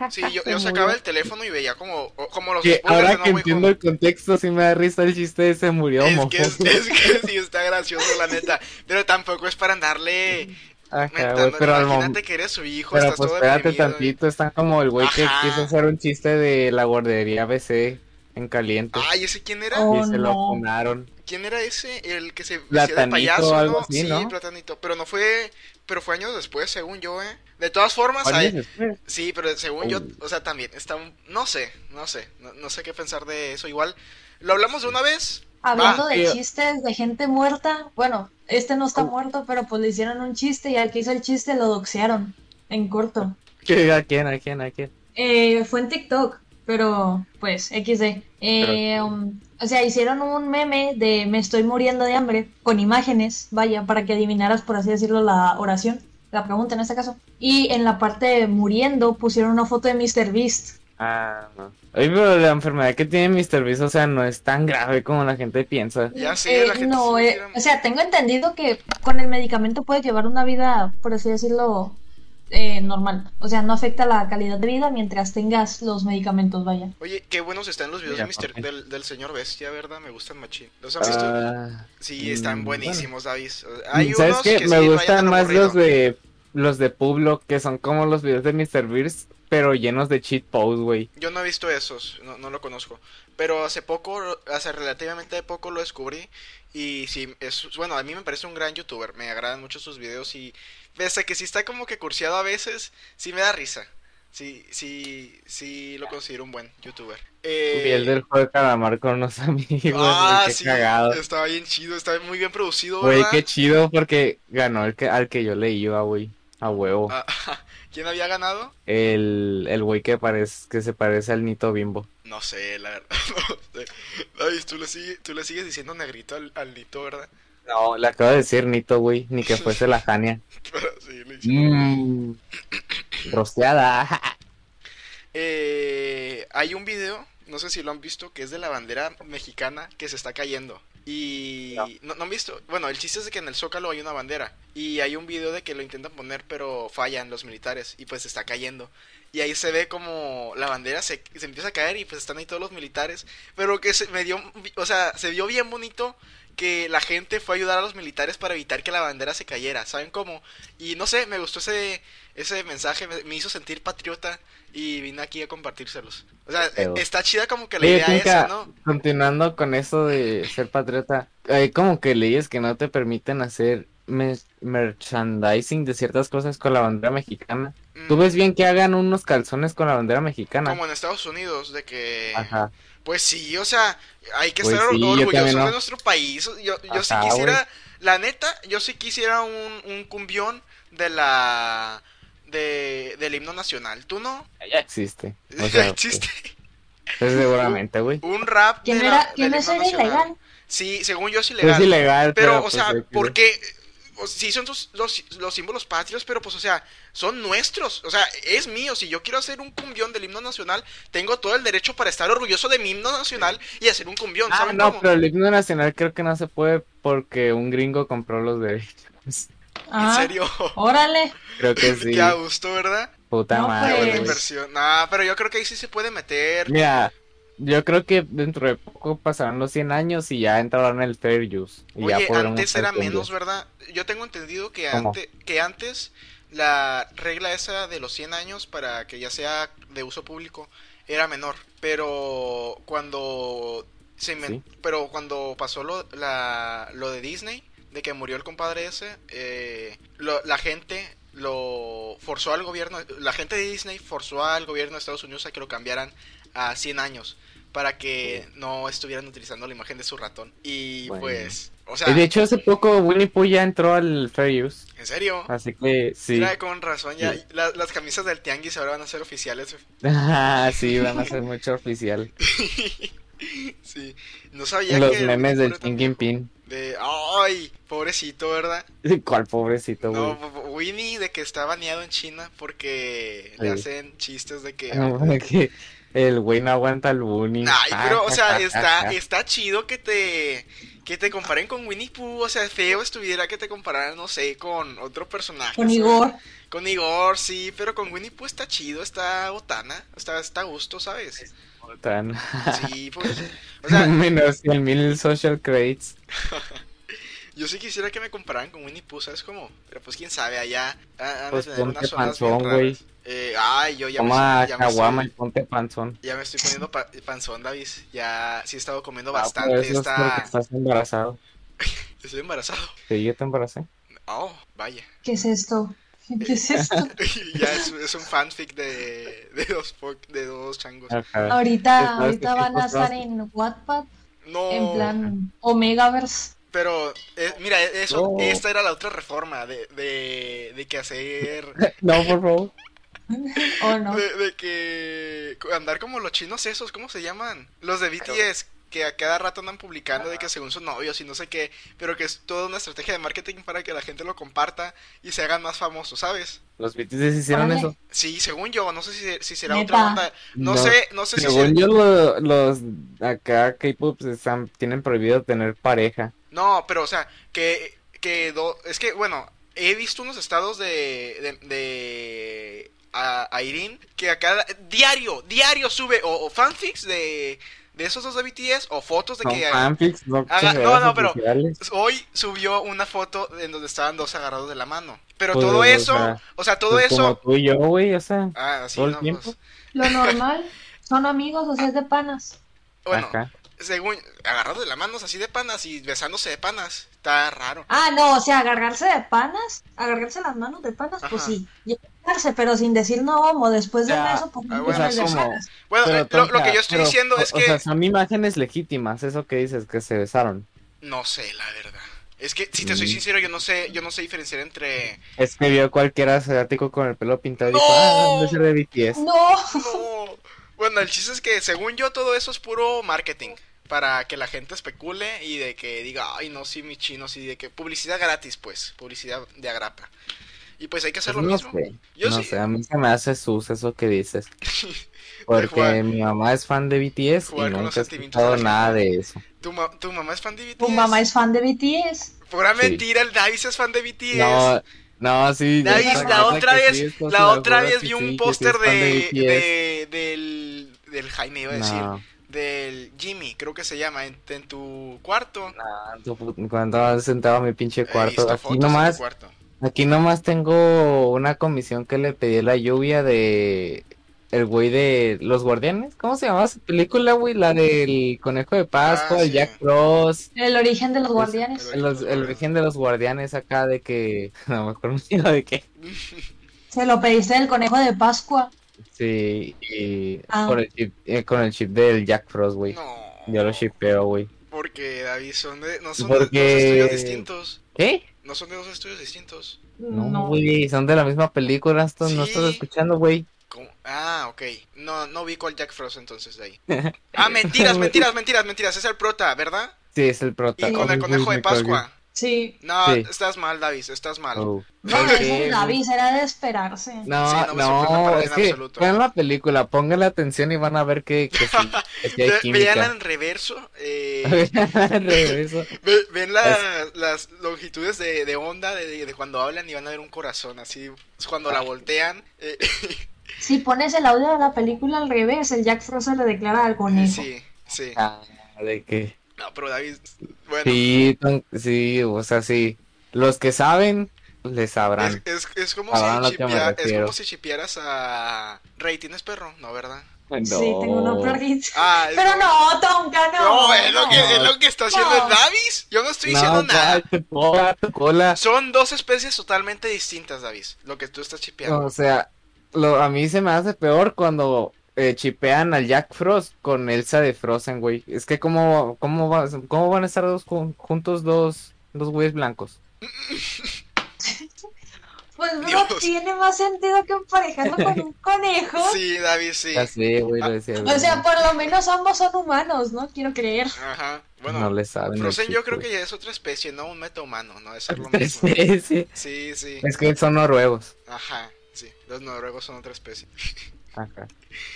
Speaker 1: sí, yo, yo
Speaker 3: se
Speaker 1: sacaba
Speaker 3: murió.
Speaker 1: el teléfono y veía como o- como los
Speaker 3: que
Speaker 1: spoilers de
Speaker 3: ahora
Speaker 1: No
Speaker 3: que
Speaker 1: Way
Speaker 3: entiendo
Speaker 1: Home.
Speaker 3: el contexto, sí me da risa el chiste de se murió
Speaker 1: es que, es,
Speaker 3: homofóbico.
Speaker 1: es que sí está gracioso la neta, pero tampoco es para andarle
Speaker 3: Ajá, Ah, güey,
Speaker 1: Mentando,
Speaker 3: pero al
Speaker 1: imagínate
Speaker 3: momento.
Speaker 1: que eres su hijo,
Speaker 3: Pero
Speaker 1: estás
Speaker 3: pues
Speaker 1: todo
Speaker 3: espérate
Speaker 1: deprimido,
Speaker 3: tantito, están como el güey que
Speaker 1: Ajá.
Speaker 3: quiso hacer un chiste de la guardería BC en caliente.
Speaker 1: güey. Ay, ¿ese quién era?
Speaker 2: Oh.
Speaker 3: y se lo
Speaker 2: no.
Speaker 3: funaron.
Speaker 1: ¿Quién era ese? El que se vestía de
Speaker 3: Platanito
Speaker 1: payaso,
Speaker 3: o algo
Speaker 1: ¿no?
Speaker 3: así,
Speaker 1: sí,
Speaker 3: ¿no?
Speaker 1: platanito. Pero no fue, pero fue años después, según yo, ¿eh? De todas formas,
Speaker 3: ¿Cuál
Speaker 1: ahí-
Speaker 3: es este?
Speaker 1: sí, pero según yo,
Speaker 3: Oh.
Speaker 1: o sea, también está, un- no sé, no sé, no, no sé qué pensar de eso. Igual, lo hablamos de una vez.
Speaker 2: Hablando
Speaker 1: Ah,
Speaker 2: de
Speaker 3: eh,
Speaker 2: chistes de gente muerta, bueno, este no está
Speaker 3: ¿Cómo?
Speaker 2: muerto, pero pues le hicieron un chiste y al que hizo el chiste lo doxearon en corto.
Speaker 3: ¿Qué? ¿A quién? ¿A quién? ¿A quién?
Speaker 2: Eh, fue en TikTok, pero pues XD. Eh,
Speaker 3: Pero-
Speaker 2: um, o sea, hicieron un meme de me estoy muriendo de hambre con imágenes, vaya, para que adivinaras, por así decirlo, la oración, la pregunta en este caso. Y en la parte de muriendo pusieron una foto de Mr. Beast.
Speaker 3: Ah, no. Oye, pero la enfermedad que tiene Mr. Beast, o sea, no es tan grave como la gente piensa.
Speaker 1: Ya sí,
Speaker 2: Eh,
Speaker 1: la gente
Speaker 2: no,
Speaker 1: sí
Speaker 2: eh,
Speaker 1: quiere-
Speaker 2: o sea, tengo entendido que con el medicamento puedes llevar una vida, por así decirlo, eh, normal. O sea, no afecta la calidad de vida mientras tengas los medicamentos, vaya.
Speaker 1: Oye, qué buenos están los videos
Speaker 3: Mira,
Speaker 1: de Mr.
Speaker 3: papi.
Speaker 1: Del, del señor Bestia, ¿verdad? Me gustan machín. ¿Los han visto?
Speaker 3: Ah,
Speaker 1: sí, están
Speaker 3: mm,
Speaker 1: buenísimos, David. Hay
Speaker 3: ¿Sabes
Speaker 1: unos
Speaker 3: qué?
Speaker 1: que
Speaker 3: Me
Speaker 1: sí,
Speaker 3: gustan
Speaker 1: rayan a lo
Speaker 3: más
Speaker 1: aburrido.
Speaker 3: los de los de Publo, que son como los videos de Mr. Beast, pero llenos de cheat posts, güey.
Speaker 1: Yo no he visto esos, no, no lo conozco. Pero hace poco, hace relativamente poco lo descubrí. Y sí, es, bueno, a mí me parece un gran youtuber. Me agradan mucho sus videos. Y pese a que sí está como que cursiado a veces, sí me da risa. Sí, sí, sí lo considero un buen youtuber. Eh,
Speaker 3: Vi el del juego de calamar con unos amigos, güey,
Speaker 1: ah,
Speaker 3: qué
Speaker 1: sí,
Speaker 3: cagado.
Speaker 1: estaba bien chido, estaba muy bien producido,
Speaker 3: Güey,
Speaker 1: ¿verdad?
Speaker 3: qué chido, porque ganó el que, al que yo le iba, güey. A huevo.
Speaker 1: Ah, ¿Quién había ganado?
Speaker 3: El, el güey que, parece, que se parece al Nito Bimbo.
Speaker 1: No sé, la verdad. No sé. David, tú le, sigue, tú le sigues diciendo negrito al, al Nito, ¿verdad?
Speaker 3: No, le acabo de decir Nito, güey. Ni que fuese la Jania.
Speaker 1: sí, le mm,
Speaker 3: rosteada.
Speaker 1: Eh, hay un video, no sé si lo han visto, que es de la bandera mexicana que se está cayendo. Y no. No, no han visto. Bueno, el chiste es de que en el Zócalo hay una bandera. Y hay un video de que lo intentan poner, pero fallan los militares. Y pues se está cayendo. Y ahí se ve como la bandera se, se empieza a caer y pues están ahí todos los militares. Pero que se me dio. O sea, se vio bien bonito que la gente fue a ayudar a los militares para evitar que la bandera se cayera, ¿saben cómo? Y no sé, me gustó ese, ese mensaje, me, me hizo sentir patriota y vine aquí a compartírselos. O sea, Pero... está chida como que la
Speaker 3: Oye,
Speaker 1: idea
Speaker 3: Kinka,
Speaker 1: esa, ¿no?
Speaker 3: Continuando con eso de ser patriota, hay como que leyes que no te permiten hacer merchandising de ciertas cosas con la bandera mexicana. Mm. Tú ves bien que hagan unos calzones con la bandera mexicana.
Speaker 1: Mm, Como en Estados Unidos, de que... Ajá. Pues sí, o sea, hay que estar pues sí, orgullosos no. de nuestro país. Yo, yo Ajá, sí quisiera, wey. la neta, yo sí quisiera un, un cumbión de la de, del himno nacional. ¿Tú no?
Speaker 3: Ya existe.
Speaker 1: O sea, eh. ya existe.
Speaker 3: Pues, seguramente, güey.
Speaker 1: Un rap
Speaker 2: de la, del himno nacional. Ilegal?
Speaker 1: Pues Sí, según yo es ilegal.
Speaker 3: Pues, Es ilegal,
Speaker 1: pero, pero o sea, pues, porque o, sí son sus, los, los, símbolos patrios, pero pues, o sea, son nuestros. O sea, es mío. Si yo quiero hacer un cumbión del himno nacional, tengo todo el derecho para estar orgulloso de mi himno nacional y hacer un cumbión.
Speaker 3: Ah,
Speaker 1: ¿saben
Speaker 3: no,
Speaker 1: cómo?
Speaker 3: pero el himno nacional creo que no se puede porque un gringo compró los derechos.
Speaker 1: Ah, ¿En serio?
Speaker 2: Órale.
Speaker 3: Creo que sí. Ah,
Speaker 1: Qué a gusto, ¿verdad?
Speaker 3: Puta
Speaker 2: No,
Speaker 3: madre.
Speaker 2: pues.
Speaker 1: Buena inversión. Nah, pero yo creo que ahí sí se puede meter.
Speaker 3: Mira, yo creo que dentro de poco pasarán los 100 años y ya entrarán el fair use. Y ya
Speaker 1: Oye,
Speaker 3: podremos
Speaker 1: antes era
Speaker 3: hacer cambios.
Speaker 1: menos, ¿verdad? Yo tengo entendido que,
Speaker 3: ¿Cómo?
Speaker 1: ante- que antes la regla esa de los 100 años para que ya sea de uso público era menor, pero cuando se inven- pero cuando pasó lo, la- lo de Disney, de que murió el compadre ese, eh, lo- la gente lo forzó al gobierno, la gente de Disney forzó al gobierno de Estados Unidos a que lo cambiaran a 100 años para que no estuvieran utilizando la imagen de su ratón. Y
Speaker 3: Bueno.
Speaker 1: pues, o sea,
Speaker 3: Y de hecho, hace poco Winnie Pooh ya entró al fair use.
Speaker 1: en serio.
Speaker 3: Así que Ah, sí.
Speaker 1: Mira, con razón, ya
Speaker 3: Sí.
Speaker 1: la- las camisas del tianguis ahora van a ser oficiales.
Speaker 3: Ah, sí, van a ser mucho oficial.
Speaker 1: sí, no sabía
Speaker 3: Los
Speaker 1: que...
Speaker 3: memes del
Speaker 1: pobre-
Speaker 3: Pin
Speaker 1: de- Ay, pobrecito, ¿verdad?
Speaker 3: ¿Cuál pobrecito, güey?
Speaker 1: No, po- po- Winnie de que está baneado en China porque le
Speaker 3: Sí. Ah,
Speaker 1: hacen chistes de que...
Speaker 3: Que el güey no aguanta el Bunny.
Speaker 1: Ay, pero, o sea, está, está chido que te, que te comparen con Winnie Pooh. O sea, feo estuviera que te compararan, no sé, con otro personaje.
Speaker 2: Con
Speaker 1: ¿sabes?
Speaker 2: Igor.
Speaker 1: Con Igor, sí, pero con Winnie Pooh está chido, está botana, está, está a gusto, ¿sabes?
Speaker 3: Tan-
Speaker 1: Sí, pues. O sea,
Speaker 3: menos 100 mil social credits.
Speaker 1: yo sí quisiera que me compararan con Winnie Pooh, ¿sabes cómo? Pero pues quién sabe, allá ah, han
Speaker 3: Pues
Speaker 1: de tener
Speaker 3: ponte
Speaker 1: unas zonas bien
Speaker 3: panzón, güey.
Speaker 1: raras. Eh, ay, yo ya me,
Speaker 3: Toma
Speaker 1: ya me
Speaker 3: caguama y
Speaker 1: estoy,
Speaker 3: ponte panzón.
Speaker 1: ya me estoy poniendo pa- panzón, Davis. Ya sí he estado comiendo
Speaker 3: Ah, pero
Speaker 1: bastante.
Speaker 3: eso es porque
Speaker 1: está...
Speaker 3: estás embarazado.
Speaker 1: Estoy embarazado.
Speaker 3: Sí, yo te embaracé.
Speaker 1: Oh, vaya.
Speaker 2: ¿Qué es esto? ¿Qué es esto?
Speaker 1: ya es, es un fanfic de, de, dos, po- de dos changos.
Speaker 3: Ajá.
Speaker 2: Ahorita,
Speaker 3: Estás-
Speaker 2: ahorita van a
Speaker 3: estás-
Speaker 2: estar en Wattpad,
Speaker 1: No,
Speaker 2: en plan Omegaverse.
Speaker 1: pero eh, mira, eso,
Speaker 3: No.
Speaker 1: esta era la otra reforma de, de, de que hacer,
Speaker 3: No, por favor.
Speaker 2: ¿O no?
Speaker 1: de, de que andar como los chinos esos, ¿cómo se llaman? Los de BTS, que a cada rato andan publicando de que según sus novios y no sé qué, pero que es toda una estrategia de marketing para que la gente lo comparta y se hagan más famosos, ¿sabes?
Speaker 3: Los BTS hicieron
Speaker 2: Órale.
Speaker 3: eso.
Speaker 1: Sí, según yo, no sé si, si será
Speaker 2: Neta.
Speaker 1: otra onda, no,
Speaker 3: No.
Speaker 1: sé, no sé si será-
Speaker 3: Según yo, lo- los acá K-pop están- tienen prohibido tener pareja.
Speaker 1: No, pero o sea, que, que do- es que bueno, he visto unos estados de de, de a, a Irene que a cada diario, diario sube o, o fanfics de de esos dos de BTS o fotos de
Speaker 3: Son
Speaker 1: que
Speaker 3: fanfics, no,
Speaker 1: haga- no,
Speaker 3: chingaderas
Speaker 1: no, pero-
Speaker 3: oficiales.
Speaker 1: hoy subió una foto en donde estaban dos agarrados de la mano. Pero
Speaker 3: Pues,
Speaker 1: todo
Speaker 3: o
Speaker 1: eso,
Speaker 3: sea,
Speaker 1: o sea, todo
Speaker 3: Pues Como
Speaker 1: eso
Speaker 3: tú y yo, güey, o sea.
Speaker 1: ah, sí,
Speaker 3: todo el
Speaker 1: no,
Speaker 3: tiempo.
Speaker 1: pues,
Speaker 2: Lo normal son amigos, o sea, es de panas.
Speaker 1: bueno,
Speaker 3: Ajá.
Speaker 1: según agarrados de la mano así de panas y besándose de panas, está raro.
Speaker 2: Ah, no, o sea, agarrarse de panas, agarrarse las manos de panas, pues
Speaker 1: Ajá.
Speaker 2: sí. Y agarrarse, pero sin decir no homo, después de
Speaker 3: Ya,
Speaker 2: eso, pues
Speaker 1: ah,
Speaker 2: no
Speaker 1: bueno,
Speaker 2: es de
Speaker 3: como-
Speaker 2: panas.
Speaker 1: Bueno,
Speaker 3: Pero,
Speaker 1: eh, lo, lo
Speaker 3: tonta,
Speaker 1: que yo estoy
Speaker 3: pero,
Speaker 1: diciendo
Speaker 3: o-
Speaker 1: es
Speaker 3: o
Speaker 1: que
Speaker 3: sea, son imágenes legítimas, eso que dices, que se besaron.
Speaker 1: No sé, la verdad. Es que, si te soy
Speaker 3: Mm.
Speaker 1: sincero, yo no sé, yo no sé diferenciar entre...
Speaker 3: Es que vio cualquiera asiático con el pelo pintado y dijo,
Speaker 1: ¡No!
Speaker 3: ah, debe ser de BTS.
Speaker 2: No,
Speaker 1: No, Bueno, el chiste es que según yo todo eso es puro marketing para que la gente especule y de que diga, ay, no, sí, mi chino, sí, de que publicidad gratis, pues, publicidad de agrapa. Y pues hay que hacer
Speaker 3: Pues
Speaker 1: lo
Speaker 3: no
Speaker 1: mismo.
Speaker 3: sé,
Speaker 1: Yo
Speaker 3: no
Speaker 1: sí-
Speaker 3: sé, a mí se me hace sus eso que dices. Porque
Speaker 1: jugar-
Speaker 3: mi mamá es fan de BTS y
Speaker 1: jugar con los
Speaker 3: nunca he
Speaker 1: sentimientos de
Speaker 3: escuchado
Speaker 1: la
Speaker 3: nada de eso.
Speaker 1: ¿Tu, ma- tu mamá es fan de BTS?
Speaker 2: Tu mamá es fan de BTS.
Speaker 1: Pura
Speaker 3: Sí.
Speaker 1: mentira, el Davis es fan de BTS.
Speaker 3: No, no, sí. yo
Speaker 1: Davis,
Speaker 3: otra
Speaker 1: la
Speaker 3: cosa
Speaker 1: otra
Speaker 3: que
Speaker 1: vez,
Speaker 3: sí, es cosa
Speaker 1: la
Speaker 3: de
Speaker 1: otra
Speaker 3: juras
Speaker 1: vez
Speaker 3: que
Speaker 1: vi
Speaker 3: sí, que
Speaker 1: un
Speaker 3: sí
Speaker 1: póster
Speaker 3: es fan
Speaker 1: de,
Speaker 3: BTS.
Speaker 1: de- del, del Jaime, iba a decir,
Speaker 3: No,
Speaker 1: del Jimmy, creo que se llama, en, en tu cuarto.
Speaker 3: no, tu pu- cuando sentaba mi pinche
Speaker 1: He visto
Speaker 3: cuarto. Aquí
Speaker 1: fotos de tu
Speaker 3: nomás,
Speaker 1: cuarto.
Speaker 3: aquí nomás tengo una comisión que le pedí a la lluvia de el güey de Los Guardianes. ¿Cómo se llamaba esa película, güey? La del Conejo de Pascua,
Speaker 1: Ah,
Speaker 3: el
Speaker 1: sí.
Speaker 3: Jack Frost.
Speaker 2: El origen de los guardianes.
Speaker 1: pero-
Speaker 3: El, los- el origen de los guardianes acá de que... No me acuerdo de qué.
Speaker 2: Se lo pediste del conejo de Pascua.
Speaker 3: Sí, y
Speaker 2: Ah.
Speaker 3: por el chip- eh, con el chip del Jack Frost, güey.
Speaker 1: No.
Speaker 3: Yo lo shippeo, güey.
Speaker 1: Porque, David, son de, no son de
Speaker 3: Porque-
Speaker 1: dos estudios distintos.
Speaker 3: ¿Qué?
Speaker 1: No son de dos estudios distintos.
Speaker 3: No, güey, son de la misma película, esto- no
Speaker 1: Sí.
Speaker 3: estás escuchando, güey.
Speaker 1: ¿Cómo? Ah, ok. No, no vi cuál Jack Frost entonces de ahí. Ah, mentiras, mentiras, mentiras, mentiras. Es el prota, ¿verdad?
Speaker 3: Sí, es el prota.
Speaker 1: Y con
Speaker 3: Uy,
Speaker 1: el conejo
Speaker 3: güey,
Speaker 1: de
Speaker 3: me colgué.
Speaker 1: Pascua.
Speaker 2: Sí.
Speaker 1: No,
Speaker 3: Sí.
Speaker 1: estás mal, Davis, estás mal.
Speaker 3: Oh.
Speaker 2: No,
Speaker 1: Ok,
Speaker 2: ese David era de esperarse.
Speaker 3: No,
Speaker 1: Sí, no me sorprende
Speaker 3: no,
Speaker 1: para
Speaker 3: es
Speaker 1: en
Speaker 3: que
Speaker 1: absoluto.
Speaker 3: vean la película, pónganle atención y van a ver que, que sí, que sí hay
Speaker 1: Ve- Veanla
Speaker 3: química.
Speaker 1: en reverso. Eh,
Speaker 3: Regreso.
Speaker 1: ve- ven la- las longitudes de, de onda de, de cuando hablan y van a ver un corazón así. Es Cuando
Speaker 3: Ah.
Speaker 1: la voltean. eh,
Speaker 2: Si pones el audio de la película al revés, el Jack Frost se le declara al conejo.
Speaker 1: sí, sí.
Speaker 3: Ah, de que...
Speaker 1: No, pero David, bueno.
Speaker 3: Sí, tan- sí, o sea, sí. Los que saben, les
Speaker 1: Es,
Speaker 3: sabrán.
Speaker 1: es, es como
Speaker 3: Sabrán a
Speaker 1: si
Speaker 3: lo que me
Speaker 1: chipea- es como
Speaker 3: refiero.
Speaker 1: si chipearas a Rey, ¿tienes perro? No, ¿verdad?
Speaker 2: Sí, tengo una perrita.
Speaker 1: Ah, es
Speaker 2: Pero
Speaker 1: como-
Speaker 2: no, Tonka, no.
Speaker 1: No, es lo que, es lo que está haciendo
Speaker 2: No.
Speaker 1: el Davis. Yo no estoy diciendo
Speaker 3: No,
Speaker 1: nada.
Speaker 3: cállate, cola, tu cola.
Speaker 1: Son dos especies totalmente distintas, Davis. Lo que tú estás chipeando.
Speaker 3: O sea, lo, a mí se me hace peor cuando eh, chipean al Jack Frost con Elsa de Frozen, güey. Es que cómo, cómo, va- cómo van a estar dos jun- juntos dos, dos güeyes blancos.
Speaker 2: Pues no
Speaker 1: Dios.
Speaker 2: tiene más sentido que emparejarlo con un conejo.
Speaker 1: Sí, Davis, sí.
Speaker 3: Ya sé, güey, lo decía,
Speaker 2: O sea,
Speaker 3: güey.
Speaker 2: por lo menos ambos son humanos, ¿no? Quiero creer.
Speaker 1: Ajá.
Speaker 3: no
Speaker 1: Bueno,
Speaker 3: le saben. el
Speaker 1: Frozen yo
Speaker 3: chip,
Speaker 1: creo
Speaker 3: güey.
Speaker 1: que ya es otra especie, no un meta humano, no es ser lo mismo.
Speaker 3: Sí, sí.
Speaker 1: Sí, sí.
Speaker 3: Es que son noruegos.
Speaker 1: Ajá. Sí, los noruegos son otra especie.
Speaker 3: Ajá.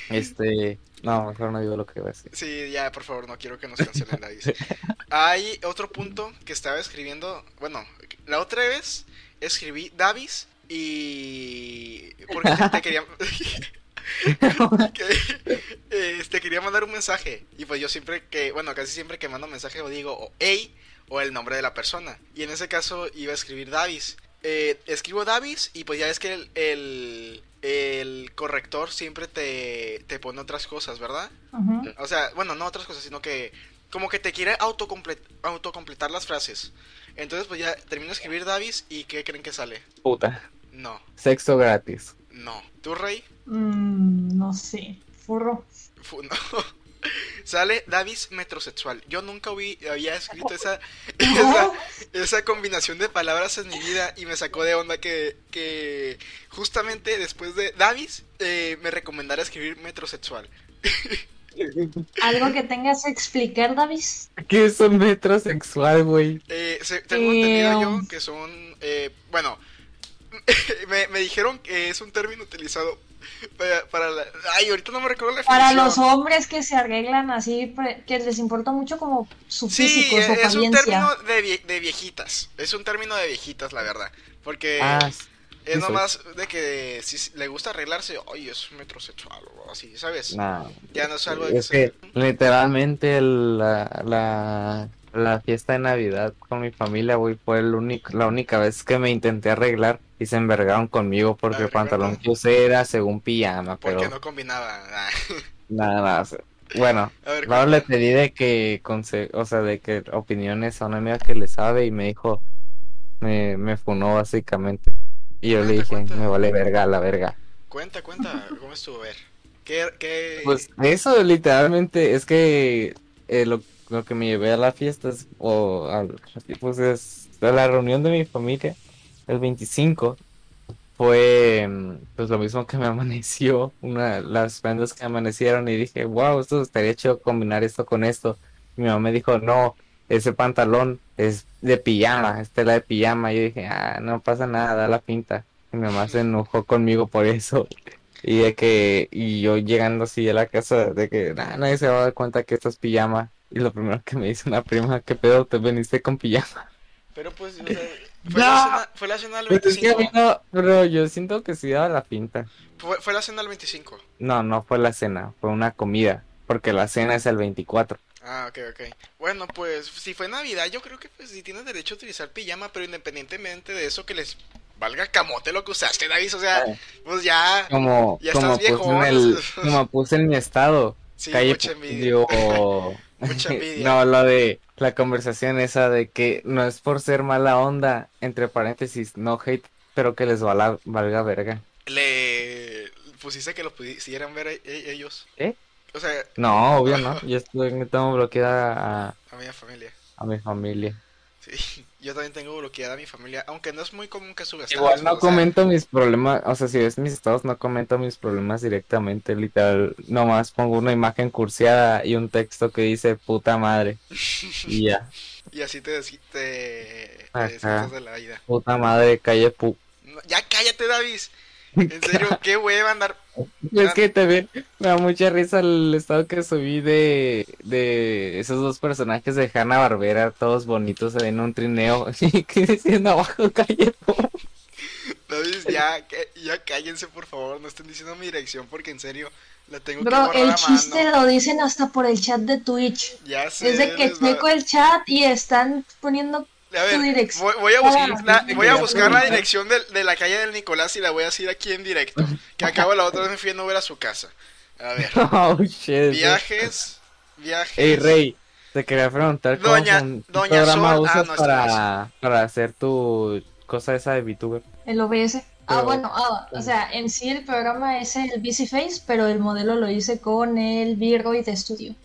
Speaker 3: Este, no, mejor no digo lo que voy a decir.
Speaker 1: Sí, ya, por favor, no quiero que nos cancelen la bici. Hay otro punto que estaba escribiendo. Bueno, la otra vez escribí Davis y. Porque te- te quería. que- eh, te quería mandar un mensaje. Y pues yo siempre que. Bueno, casi siempre que mando un mensaje o digo o hey o el nombre de la persona. Y en ese caso iba a escribir Davis. Eh, escribo Davis y pues ya es que el. el el corrector siempre te, te pone otras cosas, ¿verdad?
Speaker 2: Ujú.
Speaker 1: O sea, bueno, no otras cosas, sino que como que te quiere autocomple- autocompletar las frases. Entonces, pues ya termino de escribir Davis y ¿qué creen que sale?
Speaker 3: Puta.
Speaker 1: No,
Speaker 3: Sexo gratis.
Speaker 1: no. ¿Tú, Rey?
Speaker 2: Mm, no sé. Furro.
Speaker 1: Fu- no. sale Davis metrosexual. Yo nunca hubi- había escrito esa, esa,
Speaker 2: No,
Speaker 1: esa combinación de palabras en mi vida y me sacó de onda que, que justamente después de Davis eh, me recomendara escribir metrosexual.
Speaker 2: Algo que tengas que explicar, Davis.
Speaker 3: ¿Qué es un metrosexual, güey?
Speaker 1: Eh, se- tengo
Speaker 2: Eh,
Speaker 1: entendido
Speaker 2: um.
Speaker 1: yo que son, eh, bueno, me, me dijeron que es un término utilizado para, para la... Ay, ahorita no me recuerdo la
Speaker 2: Para
Speaker 1: definición.
Speaker 2: los hombres que se arreglan así, pre- que les importa mucho como su
Speaker 1: Sí,
Speaker 2: físico, su
Speaker 1: es un
Speaker 2: apariencia.
Speaker 1: término de, vie- de viejitas. Es un término de viejitas, la verdad. Porque
Speaker 3: Ah,
Speaker 1: es
Speaker 3: sí soy.
Speaker 1: nomás de que si le gusta arreglarse, ay, es metrosexual o así, ¿sabes?
Speaker 3: no.
Speaker 1: Ya no es algo de
Speaker 3: Es que
Speaker 1: se-
Speaker 3: literalmente el- la, la, la fiesta de Navidad con mi familia, güey, fue el único, la única vez que me intenté arreglar y se envergaron conmigo porque el
Speaker 1: Arreglando.
Speaker 3: pantalón que usé era según pijama,
Speaker 1: Porque
Speaker 3: pero
Speaker 1: no combinaba. Ah,
Speaker 3: nada más. Bueno,
Speaker 1: A ver,
Speaker 3: luego le
Speaker 1: cuéntame.
Speaker 3: pedí de que, conse- o sea, de que opiniones a una amiga que le sabe y me dijo, me, me funó básicamente. Y yo le
Speaker 1: Cuenta,
Speaker 3: dije,
Speaker 1: cuenta.
Speaker 3: me vale verga, la verga.
Speaker 1: cuenta, cuenta, ¿cómo estuvo? A ver. ¿Qué, qué...
Speaker 3: Pues eso literalmente es que eh, lo, lo que me llevé a la fiesta es- o al- pues es a la reunión de mi familia el 25 fue pues lo mismo que me amaneció, una las bandas que amanecieron y dije, wow, esto estaría chido combinar esto con esto. Y mi mamá me dijo, no, ese pantalón es de pijama, es tela de pijama. Y yo dije, ah, no pasa nada, da la pinta. Y mi mamá se enojó conmigo por eso. Y de que, y yo llegando así a la casa, de que nah, nadie se va a dar cuenta que esto es pijama. Y lo primero que me dice una prima, ¿qué pedo? ¿Te veniste con pijama?
Speaker 1: Pero pues, o sea, fue, no. la cena, fue, la cena, del 25.
Speaker 3: Pero, Pues es que no, pero yo siento que sí daba la pinta.
Speaker 1: Fue, ¿Fue, la cena del 25?
Speaker 3: No, no fue la cena, fue una comida. Porque la cena es el 24.
Speaker 1: Ah, ok, ok. Bueno, pues si fue Navidad, yo creo que pues sí tienes derecho a utilizar pijama, pero independientemente de eso, que les valga camote lo que usaste, David. O sea,
Speaker 3: Ah.
Speaker 1: eh. pues ya.
Speaker 3: Como,
Speaker 1: ya
Speaker 3: como, estás puse en el, como puse en mi estado.
Speaker 1: Sí, calle, mucha envidia. Digo... mucha envidia.
Speaker 3: no, lo de la conversación esa de que no es por ser mala onda, entre paréntesis, no hate, pero que les valga, valga verga.
Speaker 1: Le pusiste que lo pudieran ver e e ellos.
Speaker 3: ¿Eh?
Speaker 1: O sea,
Speaker 3: no, obvio no. Yo estoy, tengo bloqueada
Speaker 1: a, a mi familia.
Speaker 3: A mi familia.
Speaker 1: Sí, yo también tengo bloqueada a mi familia, aunque no es muy común que subas.
Speaker 3: Igual no comento sea... mis problemas, o sea, si ves mis estados, no comento mis problemas directamente, literal. Nomás pongo una imagen curseada y un texto que dice puta madre. y ya.
Speaker 1: Y así te, des te... te de la vida.
Speaker 3: Puta madre, calle pu.
Speaker 1: No, ya cállate, Davis. En serio, qué hueva andar.
Speaker 3: Es que también me da mucha risa el estado que subí de, de esos dos personajes de Hanna Barbera, todos bonitos en un trineo. Y que diciendo abajo calle.
Speaker 1: Entonces, ya, ya cállense, por favor. No estén diciendo mi dirección porque en serio la tengo
Speaker 2: Bro,
Speaker 1: que
Speaker 2: el chiste mano. lo dicen hasta por el chat de Twitch.
Speaker 1: Ya sé.
Speaker 2: Es de que checo el chat y están poniendo
Speaker 1: a ver, voy, voy, a buscar, la, voy a buscar la dirección de, de, la calle del Nicolás y la voy a decir aquí en directo. Que acabo la otra vez me fui a no ver a su casa. A ver.
Speaker 3: Oh, shit,
Speaker 1: viajes, viajes.
Speaker 3: Ey, Rey, Pues, te quería preguntar cómo
Speaker 1: Doña,
Speaker 3: un
Speaker 1: Doña
Speaker 3: programa
Speaker 1: Sol,
Speaker 3: usas
Speaker 1: ah, no,
Speaker 3: para, para hacer tu cosa esa de VTuber.
Speaker 2: El OBS. Ah, bueno, ah, o sea, en sí el programa es el BC Face, pero el modelo lo hice con el Virgoid Studio.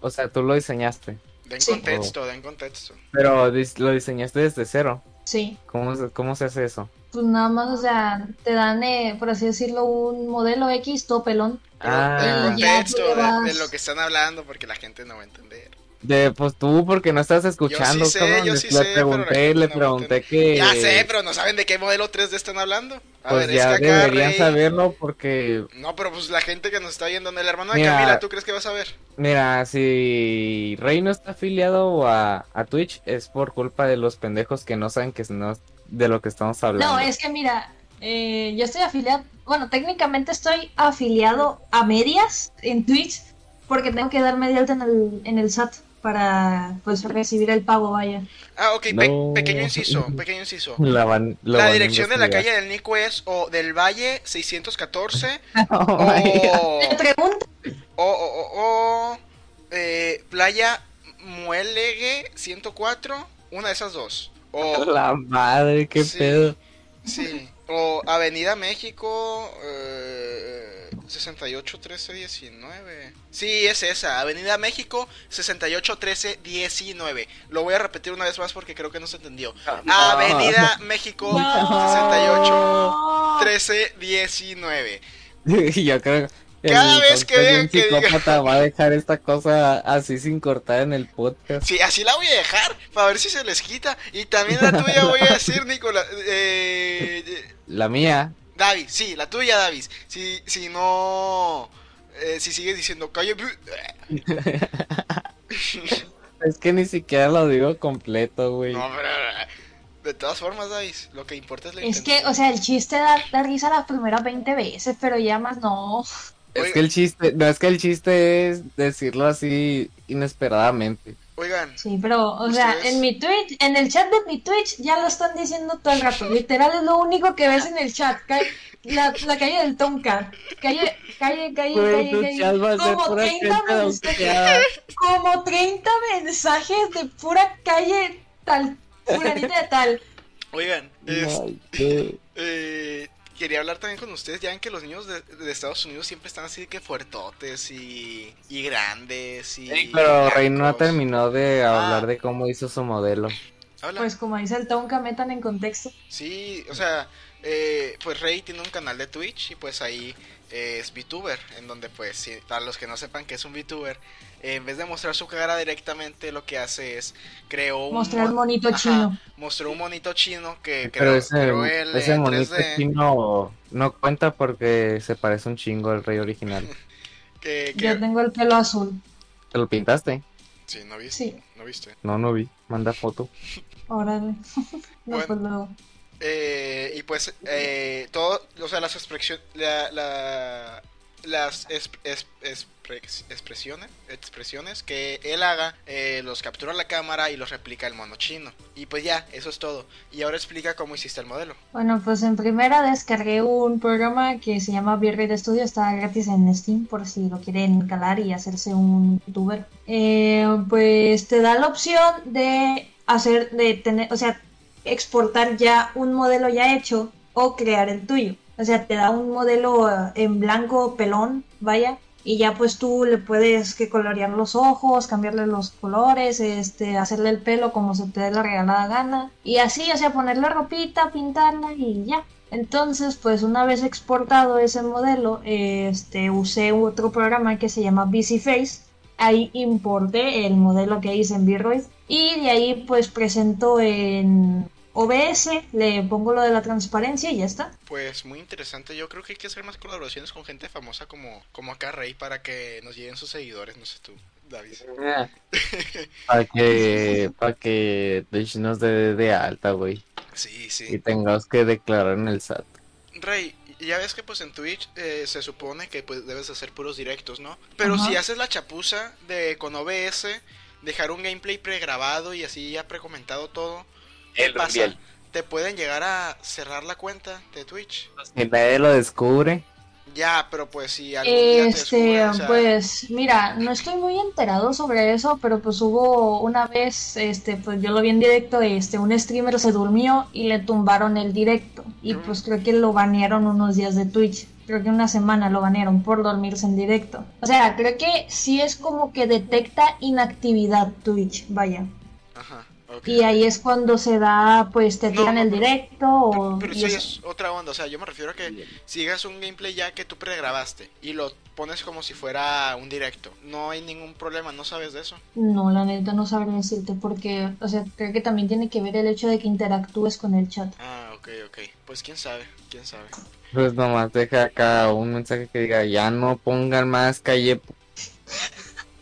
Speaker 3: O sea, tú lo diseñaste.
Speaker 1: Den sí. contexto, den contexto.
Speaker 3: Pero lo diseñaste desde cero.
Speaker 2: Sí.
Speaker 3: ¿Cómo, cómo se hace eso?
Speaker 2: Pues nada más, o sea, te dan, eh, por así decirlo, un modelo X, todo pelón.
Speaker 1: Ah, y contexto de, vas... de, lo que están hablando, porque la gente no va a entender.
Speaker 3: De, pues tú, porque no estás escuchando.
Speaker 1: Yo sí sé, yo sí le sé,
Speaker 3: pregunté, le
Speaker 1: no
Speaker 3: pregunté que.
Speaker 1: Ya sé, pero no saben de qué modelo 3D están hablando.
Speaker 3: A Eh. pues ver, ya es que acá deberían Rey... saberlo porque.
Speaker 1: No, pero pues la gente que nos está viendo, el hermano de mira, Camila, ¿tú crees que vas a ver?
Speaker 3: Mira, si Rey no está afiliado a, a, Twitch, es por culpa de los pendejos que no saben que no, de lo que estamos hablando.
Speaker 2: No, es que mira, eh, yo estoy afiliado. Bueno, técnicamente estoy afiliado a medias en Twitch porque tengo que dar media alta en el, en el SAT para pues recibir el pago, vaya.
Speaker 1: Ah, ok, Pe no. pequeño inciso, pequeño inciso.
Speaker 3: La, van,
Speaker 1: la, la van dirección de la calle del Nico es o del Valle 614 oh,
Speaker 2: o...
Speaker 1: o, o, o eh, Playa Muelegue 104, una de esas dos. O,
Speaker 3: la madre, qué
Speaker 1: Oh. sí,
Speaker 3: pedo.
Speaker 1: Sí, o Avenida México eh, 68 13 19. Sí, es esa, Avenida México 68 13 19. Lo voy a repetir una vez más porque creo que no se entendió. No. Ah, Avenida México no. 68 13 19.
Speaker 3: Yo creo
Speaker 1: cada vez que vean que
Speaker 3: psicópata diga... va a dejar esta cosa así sin cortar en el podcast.
Speaker 1: Sí, así la voy a dejar para ver si se les quita. Y también la tuya voy a decir, Nicolás. Eh...
Speaker 3: La mía.
Speaker 1: Davis, sí, la tuya, Davis. Si, si no. Eh, si sigues diciendo calle.
Speaker 3: es que ni siquiera lo digo completo, güey.
Speaker 1: No, pero. eh, De todas formas, Davis, lo que importa es la
Speaker 2: Es que, o sea, el chiste da, da risa las primeras 20 veces, pero ya más no.
Speaker 3: Es Oigan. que el chiste, no es que el chiste es decirlo así inesperadamente.
Speaker 1: Oigan.
Speaker 2: Sí, pero, o sea, en mi Twitch, en el chat de mi Twitch ya lo están diciendo todo el rato. Literal es lo único que ves en el chat. Calle, la, la, calle del Tonka. Calle, calle, calle,
Speaker 3: pues
Speaker 2: calle, calle.
Speaker 3: Como 30,
Speaker 2: mensajes, como 30 mensajes de pura calle tal, fulanita de tal.
Speaker 1: Oigan, es, Este, eh, quería hablar también con ustedes. Ya ven que los niños de, de Estados Unidos siempre están así que fuertotes y, y grandes. Y
Speaker 3: sí, pero Rey no terminó de hablar ah. de cómo hizo su modelo.
Speaker 2: Pues Hola. Pues como dice el Tonka, metan en contexto.
Speaker 1: Sí, o sea, eh, pues Rey tiene un canal de Twitch y pues ahí eh, es VTuber, en donde pues, si, a los que no sepan que es un VTuber, eh, en vez de mostrar su cara directamente, lo que hace es creó un...
Speaker 2: Mostrar un monito Ajá, chino.
Speaker 1: Mostró un monito chino que
Speaker 3: Pero ese, creó él ese en 3D. chino no cuenta porque se parece un chingo al Rey original.
Speaker 2: que, que... Yo tengo el pelo azul.
Speaker 3: ¿Te lo pintaste?
Speaker 1: Sí, no viste. Sí. No viste.
Speaker 3: No, no vi. Manda foto.
Speaker 2: Órale. no, bueno. pues no.
Speaker 1: Eh, y pues eh, todo, o sea, las expresiones, la, la, las exp, exp, exp, expresiones, expresiones que él haga, eh, los captura la cámara y los replica el mono chino. Y pues ya, eso es todo. Y ahora explica cómo hiciste el modelo.
Speaker 2: Bueno, pues en primera descargué un programa que se llama Virrey Studio, está gratis en Steam por si lo quieren calar y hacerse un youtuber. pues te da la opción de hacer, de tener, o sea, exportar ya un modelo ya hecho o crear el tuyo. O sea, te da un modelo eh, en blanco, pelón, vaya, y ya pues tú le puedes que colorear los ojos, cambiarle los colores, este, hacerle el pelo como se te dé la regalada gana, y así, o sea, ponerle ropita, pintarla y ya. Entonces, pues una vez exportado ese modelo, este, usé otro programa que se llama Busy Face, ahí importé el modelo que hice en Vroid y de ahí pues presento en OBS, le pongo lo de la transparencia y ya está.
Speaker 1: Pues muy interesante, yo creo que hay que hacer más colaboraciones con gente famosa como, como acá Rey para que nos lleguen sus seguidores, no sé tú. David.
Speaker 3: Yeah. para que para que nos dé de, alta, güey.
Speaker 1: Sí, sí.
Speaker 3: Y tengamos que declarar en el SAT.
Speaker 1: Rey, ya ves que pues en Twitch eh, se supone que pues debes hacer puros directos, ¿no? Pero Ajá. si haces la chapuza de con OBS, dejar un gameplay pregrabado y así ya precomentado todo, ¿qué el pasa? Real. Te pueden llegar a cerrar la cuenta de Twitch.
Speaker 3: Que nadie lo descubre.
Speaker 1: Ya, pero pues si
Speaker 2: algún día este, te descubre, o sea... pues mira, no estoy muy enterado sobre eso, pero pues hubo una vez, este, pues yo lo vi en directo, este, un streamer se durmió y le tumbaron el directo y mm. pues creo que lo banearon unos días de Twitch. Creo que una semana lo banearon por dormirse en directo. O sea, creo que sí es como que detecta inactividad Twitch, vaya.
Speaker 1: Ajá.
Speaker 2: Okay. Y ahí es cuando se da, pues te tiran no, el directo o...
Speaker 1: Pero, pero sí es otra onda, o sea, yo me refiero a que sigas un gameplay ya que tú pregrabaste y lo pones como si fuera un directo. No hay ningún problema, ¿no sabes de eso?
Speaker 2: No, la neta no sabré decirte porque, o sea, creo que también tiene que ver el hecho de que interactúes con el chat.
Speaker 1: Ah, ok, ok. Pues quién sabe, quién sabe.
Speaker 3: Pues nomás deja acá un mensaje que diga, ya no pongan más calle...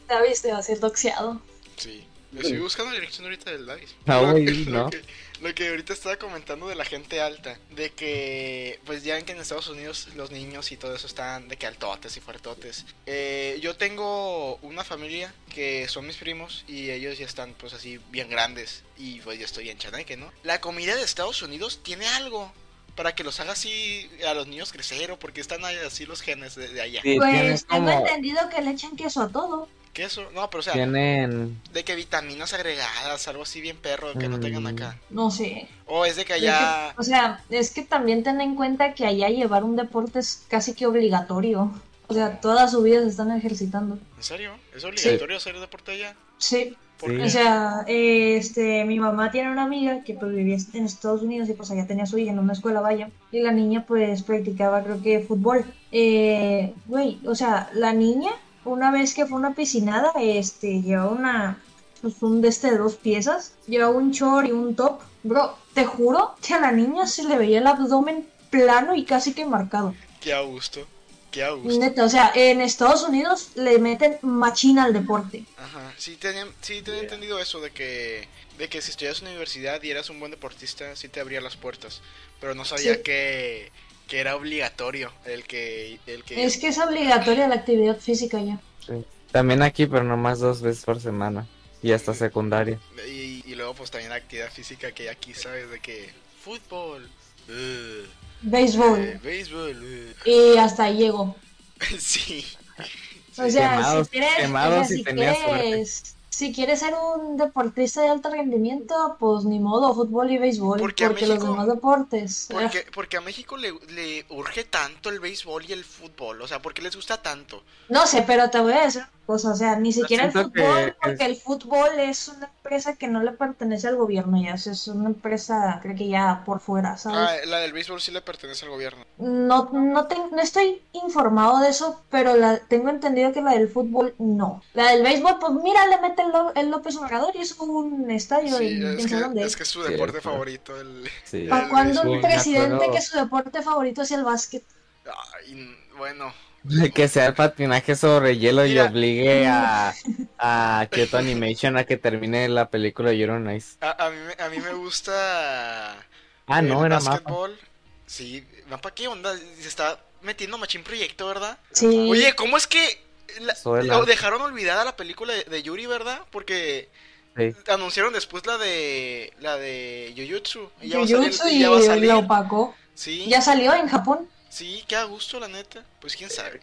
Speaker 2: David te va a ser doxeado.
Speaker 1: Sí. Yo estoy buscando la dirección ahorita del Davis.
Speaker 3: No, lo, que, no.
Speaker 1: Lo, que, lo, que, ahorita estaba comentando de la gente alta, de que, pues ya ven que en Estados Unidos los niños y todo eso están de que altotes y fuertotes. Eh, yo tengo una familia que son mis primos y ellos ya están, pues así, bien grandes. Y pues yo estoy en Chaneque, ¿no? La comida de Estados Unidos tiene algo para que los haga así a los niños crecer o porque están así los genes de, de allá.
Speaker 2: Sí, pues como... tengo entendido que le echan queso a todo.
Speaker 1: Queso, no, pero o sea,
Speaker 3: tienen
Speaker 1: de que vitaminas agregadas, algo así bien perro que mm. no tengan acá.
Speaker 2: No sé.
Speaker 1: O es de que allá.
Speaker 2: Es que, o sea, es que también ten en cuenta que allá llevar un deporte es casi que obligatorio. O sea, toda su vida se están ejercitando.
Speaker 1: ¿En serio? ¿Es obligatorio sí. hacer deporte allá?
Speaker 2: Sí. Sí. O sea, este, mi mamá tiene una amiga que pues, vivía en Estados Unidos y pues allá tenía a su hija en una escuela, vaya, y la niña pues practicaba creo que fútbol. Eh, güey, o sea, la niña una vez que fue una piscinada, este, llevaba una, pues un de este de dos piezas, llevaba un short y un top. Bro, te juro que a la niña se le veía el abdomen plano y casi que marcado.
Speaker 1: Qué a gusto. Qué gusto.
Speaker 2: Neta, o sea, en Estados Unidos le meten machina al deporte.
Speaker 1: Ajá, sí tenía, sí tenía yeah. entendido eso de que, de que si estudias en la universidad y eras un buen deportista, sí te abría las puertas. Pero no sabía sí. que, que, era obligatorio el que, el que...
Speaker 2: Es que es obligatoria la actividad física ya.
Speaker 3: Sí. También aquí, pero nomás dos veces por semana. Y hasta secundaria.
Speaker 1: Y, y luego pues también la actividad física que aquí sabes de que fútbol. Uh.
Speaker 2: Béisbol.
Speaker 1: Eh, béisbol uh,
Speaker 2: eh. Y hasta ahí llegó.
Speaker 1: sí.
Speaker 2: O sea, quemados, si quieres, quemados o sea, si, si quieres, si quieres ser un deportista de alto rendimiento, pues ni modo, fútbol y béisbol, porque, porque México, los demás deportes. eh,
Speaker 1: Porque, porque a México le, le, urge tanto el béisbol y el fútbol, o sea, ¿por qué les gusta tanto?
Speaker 2: No sé, pero te voy a decir cosa, o sea, ni siquiera el fútbol, que... porque el fútbol es una empresa que no le pertenece al gobierno, ya es una empresa, creo que ya por fuera, ¿sabes?
Speaker 1: Ah, la del béisbol sí le pertenece al gobierno.
Speaker 2: No, no, te, no estoy informado de eso, pero la, tengo entendido que la del fútbol no. La del béisbol, pues mira, le mete el, el López Obrador y es un estadio.
Speaker 1: Sí, en, es, en que, es, que, es su deporte sí, favorito. El,
Speaker 2: sí. ¿Para cuándo un presidente que su deporte favorito es el básquet?
Speaker 1: Ay, bueno.
Speaker 3: Que sea el patinaje sobre hielo Mira. y obligue a, a Kyoto Animation a que termine la película Euro Nice.
Speaker 1: A, a, mí, a mí me gusta. Eh,
Speaker 3: Ah, no, era basketball. mapa.
Speaker 1: Sí, mapa, ¿qué onda? Se está metiendo Machín Proyecto, ¿verdad?
Speaker 2: Sí.
Speaker 1: Oye, ¿cómo es que la, lo dejaron olvidada la película de, de Yuri, verdad? Porque. Sí. Anunciaron después la de la de Jujutsu.
Speaker 2: Y Jujutsu y, ya va a salir. la opacó.
Speaker 1: Sí.
Speaker 2: Ya salió en Japón.
Speaker 1: Sí, qué a gusto, la neta. Pues quién sabe.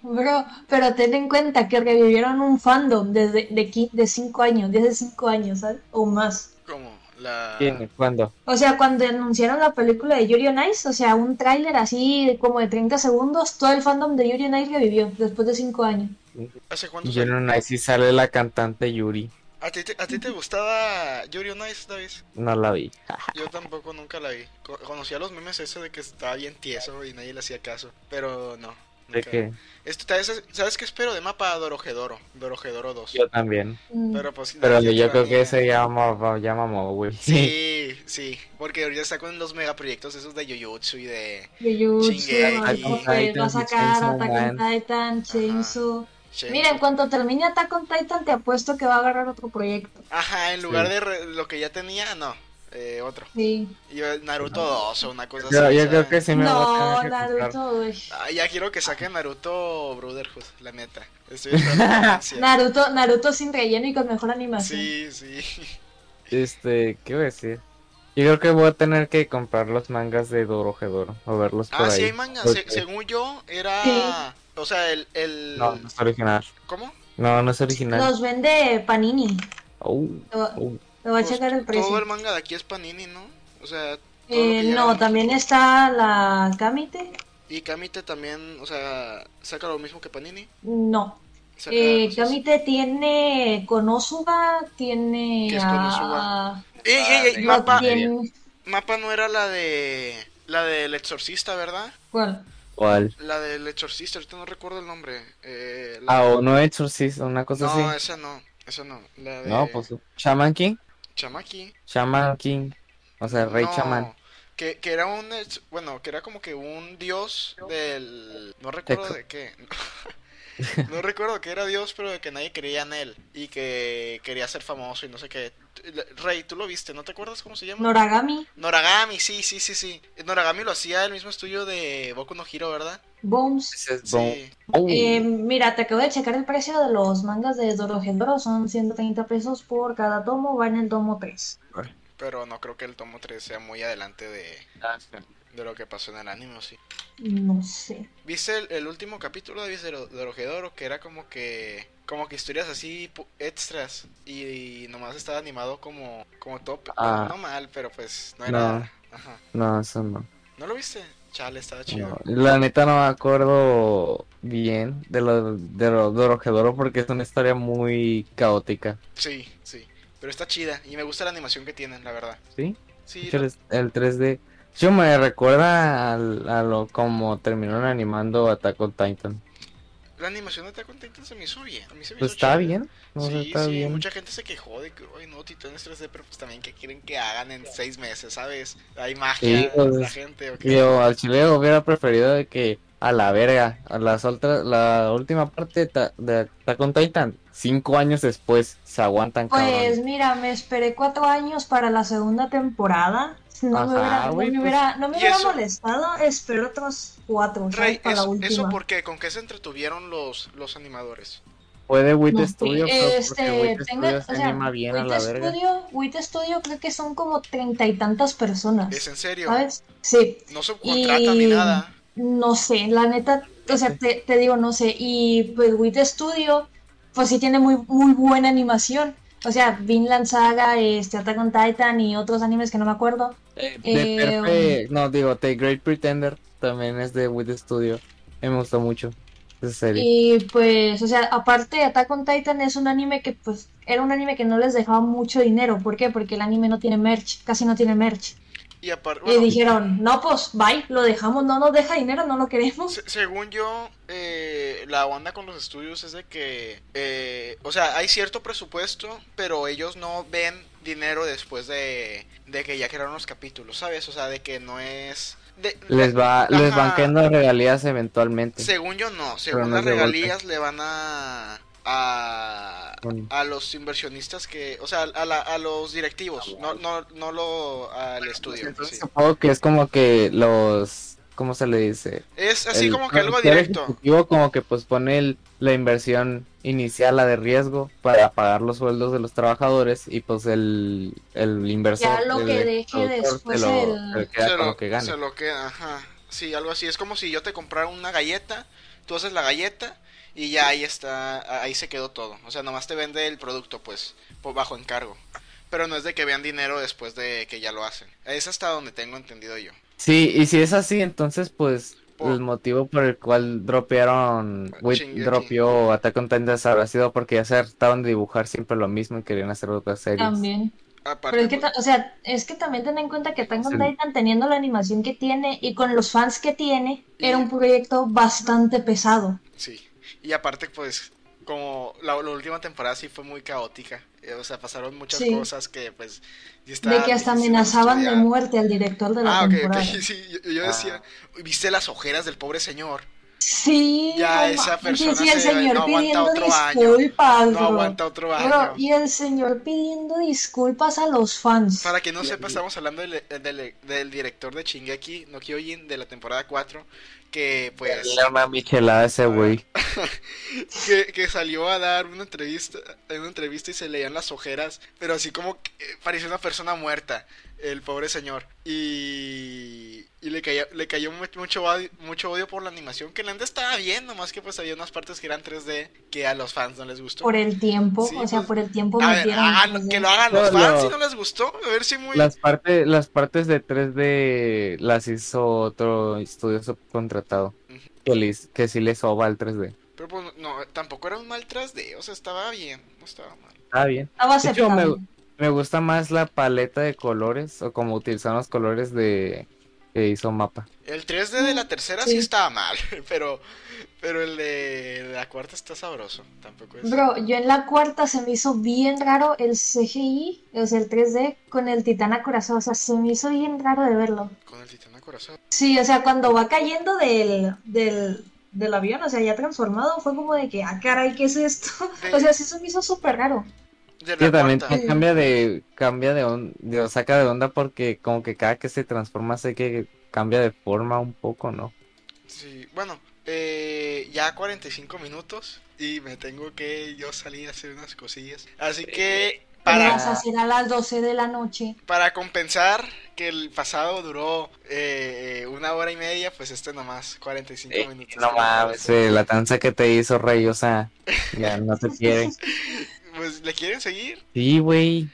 Speaker 2: Bro, pero ten en cuenta que revivieron un fandom desde de 5 de años, desde 5 años, ¿sabes? O más.
Speaker 1: ¿Cómo? La...
Speaker 3: ¿Cuándo?
Speaker 2: O sea, cuando anunciaron la película de Yuri on Ice, o sea, un tráiler así como de 30 segundos, todo el fandom de Yuri on Ice revivió después de 5 años.
Speaker 1: ¿Hace cuánto?
Speaker 3: Yuri on Ice y sale la cantante Yuri.
Speaker 1: ¿A ti, te, ¿A ti te gustaba Yuri on Ice, David?
Speaker 3: No la vi.
Speaker 1: Yo tampoco nunca la vi. Con conocía los memes ese de que estaba bien tieso y nadie le hacía caso. Pero no.
Speaker 3: ¿De qué?
Speaker 1: Esto, ¿sabes, ¿Sabes qué espero de mapa? Dorojedoro. Dorojedoro 2.
Speaker 3: Yo también.
Speaker 2: Mm.
Speaker 1: Pero, pues,
Speaker 3: Pero yo, yo creo que ese ya mamó, ya mamó, güey.
Speaker 1: Sí, sí. Porque ahorita está con los megaproyectos esos de Yoyutsu y de...
Speaker 2: Yoyutsu, va a sacar Attack on Titan, Chainsaw... Chévere. Mira, en cuanto termine Attack on Titan, te apuesto que va a agarrar otro proyecto.
Speaker 1: Ajá, en lugar sí. de re lo que ya tenía, no. Eh, otro.
Speaker 2: Sí.
Speaker 1: Y Naruto 2 o una cosa
Speaker 3: yo,
Speaker 1: así.
Speaker 3: Yo creo que sí me
Speaker 2: No, Naruto 2.
Speaker 1: Ah, ya quiero que saquen Naruto Brotherhood, la neta. Estoy
Speaker 2: Naruto, Naruto sin relleno y con mejor animación.
Speaker 1: Sí, sí.
Speaker 3: Este, ¿qué voy a decir? Yo creo que voy a tener que comprar los mangas de Dorohedoro o verlos
Speaker 1: ah,
Speaker 3: por ahí.
Speaker 1: Ah, sí hay mangas. Porque... Se según yo, era... ¿Sí? O sea, el, el...
Speaker 3: No, no es original.
Speaker 1: ¿Cómo?
Speaker 3: No, no es original.
Speaker 2: Los vende Panini.
Speaker 3: Oh,
Speaker 2: oh. Lo voy a pues checar el precio.
Speaker 1: Todo el manga de aquí es Panini, ¿no? O sea...
Speaker 2: Eh, no, también aquí. está la Kamite.
Speaker 1: ¿Y Kamite también, o sea, saca lo mismo que Panini?
Speaker 2: No. Eh, Kamite tiene Konosuba, tiene...
Speaker 1: ¿Qué es Konosuba? Uh... Ey, ey,
Speaker 2: Ah,
Speaker 1: ey, mapa, bien. mapa no era la de la del exorcista, ¿verdad?
Speaker 2: ¿Cuál?
Speaker 3: ¿Cuál?
Speaker 1: La del exorcista, ahorita no recuerdo el nombre. Eh,
Speaker 3: la... Ah, o no exorcista, una cosa
Speaker 1: no,
Speaker 3: Pues así.
Speaker 1: No, esa no, esa no. La de...
Speaker 3: No, pues Shaman King.
Speaker 1: Shaman King.
Speaker 3: Shaman King. O sea, Rey no, Shaman.
Speaker 1: Que, que era un, bueno, que era como que un dios del, no recuerdo Teco. de qué. no recuerdo que era Dios, pero de que nadie creía en él y que quería ser famoso y no sé qué. Rey, tú lo viste, ¿no te acuerdas cómo se llama?
Speaker 2: Noragami.
Speaker 1: Noragami, sí, sí, sí, sí. Noragami lo hacía el mismo estudio de Boku no Hiro, ¿verdad?
Speaker 2: Bones.
Speaker 1: Sí.
Speaker 2: Oh. Eh, mira, te acabo de checar el precio de los mangas de Dorohedoro. Son 130 pesos por cada tomo, va en el tomo 3.
Speaker 1: Pero no creo que el tomo 3 sea muy adelante de... Ah, sí. De lo que pasó en el anime, sí.
Speaker 2: No sé.
Speaker 1: ¿Viste el, el último capítulo de, de, de Rogedoro? Que era como que. Como que historias así extras. Y, y nomás estaba animado como. Como top. Ah, no, no, mal, pero pues no era.
Speaker 3: No, Ajá. no, eso no.
Speaker 1: ¿No lo viste? Chale, estaba chido.
Speaker 3: No, la neta no me acuerdo bien de lo de, lo, de Rogedoro porque es una historia muy caótica.
Speaker 1: Sí, sí. Pero está chida. Y me gusta la animación que tienen, la verdad.
Speaker 3: Sí.
Speaker 1: Sí.
Speaker 3: Hecho, lo... El 3D. Yo me recuerda a, a, lo como terminaron animando Attack on Titan.
Speaker 1: La animación de Attack on Titan se me hizo bien. A mí se me
Speaker 3: pues
Speaker 1: hizo
Speaker 3: está, bien. No,
Speaker 1: sí,
Speaker 3: está
Speaker 1: sí.
Speaker 3: bien.
Speaker 1: Mucha gente se quejó de que, oye, no, Titanes 3D, pero pues también que quieren que hagan en seis meses, ¿sabes? Hay magia sí, pues, la gente. Okay.
Speaker 3: Yo al chile hubiera preferido de que a la verga, a las otras, la última parte de, de Attack on Titan, cinco años después, se aguantan.
Speaker 2: Pues cabrón. mira, me esperé cuatro años para la segunda temporada. No, Ajá, me hubiera, wey, no
Speaker 1: pues,
Speaker 2: me hubiera, no me hubiera molestado, espero otros cuatro. Rey, para
Speaker 1: eso,
Speaker 2: la última.
Speaker 1: ¿Eso porque ¿Con qué se entretuvieron los, los animadores?
Speaker 3: Puede Wit no, Studio,
Speaker 2: este,
Speaker 3: Wit Studio o se
Speaker 2: sea,
Speaker 3: anima bien Wit a la
Speaker 2: Studio,
Speaker 3: verga.
Speaker 2: Wit Studio creo que son como treinta y tantas personas.
Speaker 1: ¿Es en serio?
Speaker 2: ¿Sabes? Sí.
Speaker 1: No se contrata y... ni nada.
Speaker 2: No sé, la neta, o sea, te, te digo, no sé. Y pues Wit Studio, pues sí tiene muy, muy buena animación. O sea, Vinland Saga, este, Attack on Titan y otros animes que no me acuerdo.
Speaker 3: Eh, eh, um... No, digo, The Great Pretender también es de With Studio. me gustó mucho. serie.
Speaker 2: Y pues, o sea, aparte Attack on Titan es un anime que pues era un anime que no les dejaba mucho dinero. ¿Por qué? Porque el anime no tiene merch, casi no tiene merch.
Speaker 1: Y, bueno,
Speaker 2: y dijeron, no, pues, bye, lo dejamos, no nos deja dinero, no lo queremos.
Speaker 1: Se según yo, eh, la onda con los estudios es de que, eh, o sea, hay cierto presupuesto, pero ellos no ven dinero después de, de que ya crearon los capítulos, ¿sabes? O sea, de que no es... De,
Speaker 3: les va
Speaker 1: ajá.
Speaker 3: les van quedando regalías eventualmente.
Speaker 1: Según yo no, según no las regalías le van a a, a los inversionistas que, o sea, a, la, a los directivos, no, no, no lo al estudio.
Speaker 3: Entonces, sí. Supongo que es como que los, ¿cómo se le dice?
Speaker 1: Es así el, como que algo directo.
Speaker 3: como que pues pone el, la inversión inicial, la de riesgo, para pagar los sueldos de los trabajadores y pues el, el inversor.
Speaker 2: Ya lo que deje después
Speaker 3: se lo, el...
Speaker 1: se,
Speaker 3: lo, que gane.
Speaker 1: se lo queda, ajá. Sí, algo así. Es como si yo te comprara una galleta, tú haces la galleta. Y ya ahí está, ahí se quedó todo. O sea, nomás te vende el producto, pues, por bajo encargo. Pero no es de que vean dinero después de que ya lo hacen. Es hasta donde tengo entendido yo.
Speaker 3: Sí, y si es así, entonces, pues,
Speaker 1: Oh.
Speaker 3: por... el motivo por el cual
Speaker 1: Ah,
Speaker 3: dropearon, Chingeki. dropeó Attack on Titan habrá sido porque ya se hartaron de dibujar siempre lo mismo y querían hacer otras series.
Speaker 2: También. Aparte, Pero
Speaker 1: pues,
Speaker 2: es que, o sea, es que también ten en cuenta que Attack on Titan, teniendo la animación que tiene y con los fans que tiene, y... era un proyecto bastante pesado.
Speaker 1: Sí. Y aparte, pues, como la, la, última temporada sí fue muy caótica. Eh, o sea, pasaron muchas sí. cosas que, pues,
Speaker 2: De que hasta amenazaban de muerte al director de la
Speaker 1: ah, okay,
Speaker 2: temporada.
Speaker 1: Okay. Sí, yo, yo decía, ah. ¿viste las ojeras del pobre señor?
Speaker 2: Sí,
Speaker 1: ya no, esa persona
Speaker 2: y el
Speaker 1: se,
Speaker 2: señor
Speaker 1: no
Speaker 2: pidiendo
Speaker 1: otro
Speaker 2: disculpas,
Speaker 1: año, no aguanta otro año. Bro,
Speaker 2: y el señor pidiendo disculpas a los fans.
Speaker 1: Para que no sepa, estamos hablando del, del, del director de Shingeki no Kyojin de la temporada 4, que pues...
Speaker 3: Llama michelada ese güey.
Speaker 1: que, que, salió a dar una entrevista, una entrevista y se leían las ojeras, pero así como que eh, parecía una persona muerta, el pobre señor. Y, y le, cayó, le cayó mucho, mucho odio por la animación, que la antes estaba bien, nomás que pues había unas partes que eran 3D que a los fans no les gustó.
Speaker 2: Por el tiempo, sí, o sea, pues, por el tiempo
Speaker 1: a ver, hagan, que lo hagan los fans no, si no les gustó, a ver si muy...
Speaker 3: Las, partes las partes de 3D las hizo otro estudio contratado. Uh -huh. Que, les, que sí les soba el 3D.
Speaker 1: Pero pues, no, tampoco era un mal 3D, o sea, estaba bien, no estaba mal.
Speaker 3: Estaba Ah, bien.
Speaker 2: Estaba
Speaker 3: de hecho, me, me, gusta más la paleta de colores, o como utilizaron los colores de que hizo mapa.
Speaker 1: El 3D
Speaker 2: Mm,
Speaker 1: de la tercera sí, sí estaba mal, pero, pero el de la cuarta está sabroso, tampoco es...
Speaker 2: Bro, yo en la cuarta se me hizo bien raro el CGI, o sea, el 3D con el titán acorazado, o sea, se me hizo bien raro de verlo.
Speaker 1: ¿Con el titán acorazado?
Speaker 2: Sí, o sea, cuando va cayendo del, del, del avión, o sea, ya transformado, fue como de que, ah, caray, ¿qué es esto? De... O sea, sí se me hizo súper raro.
Speaker 3: Sí, también cuarta. cambia de, cambia de, on, de, saca de onda porque como que cada que se transforma sé que cambia de forma un poco, ¿no?
Speaker 1: Sí, bueno, eh, ya 45 minutos y me tengo que yo salir a hacer unas cosillas. Así que para...
Speaker 2: Vas a hacer a las 12 de la noche.
Speaker 1: Para compensar que el pasado duró eh, una hora y media, pues este nomás, 45 eh, minutos.
Speaker 3: No mames, la tanza que te hizo Rey, o sea, ya no te quieren.
Speaker 1: pues, ¿le quieren seguir?
Speaker 3: Sí, güey.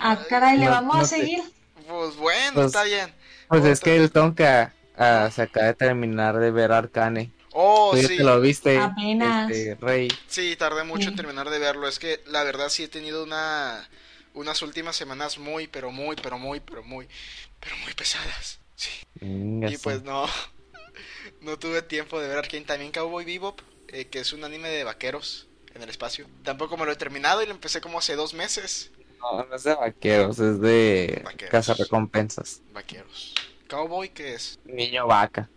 Speaker 2: Ah, caray, ¿le
Speaker 3: No-
Speaker 2: vamos
Speaker 3: no
Speaker 2: a
Speaker 3: te-
Speaker 2: seguir?
Speaker 1: Pues bueno,
Speaker 3: Pues-
Speaker 1: está bien.
Speaker 3: Pues es
Speaker 1: Otra-
Speaker 3: que el Tonka ah, se acaba de terminar de ver Arcane.
Speaker 1: Oh,
Speaker 3: Tú ya
Speaker 1: sí.
Speaker 3: pues, te lo viste,
Speaker 2: Apenas.
Speaker 3: este, Rey.
Speaker 1: Sí, tardé mucho en
Speaker 2: Sí.
Speaker 1: terminar de verlo. Es que la verdad sí he tenido una unas últimas semanas muy, pero muy, pero muy, pero muy, pero muy pesadas. Sí.
Speaker 3: Mm, ya
Speaker 1: Y
Speaker 3: sé.
Speaker 1: pues no no tuve tiempo de ver Arkane también Cowboy Bebop, eh, que es un anime de vaqueros en el espacio. Tampoco me lo he terminado y lo empecé como hace dos meses.
Speaker 3: No, no es de vaqueros, es de
Speaker 1: Vaqueros.
Speaker 3: cazarrecompensas.
Speaker 1: Vaqueros. Cowboy que es
Speaker 3: Niño vaca.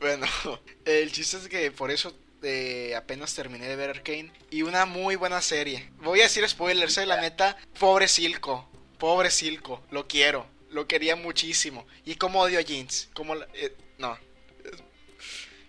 Speaker 1: Bueno, el chiste es que por eso eh, apenas terminé de ver Arkane y una muy buena serie. Voy a decir spoilers, eh, la neta, pobre Silco, pobre Silco, lo quiero, lo quería muchísimo. Y como odio a Jeans, como la- eh, no, Es-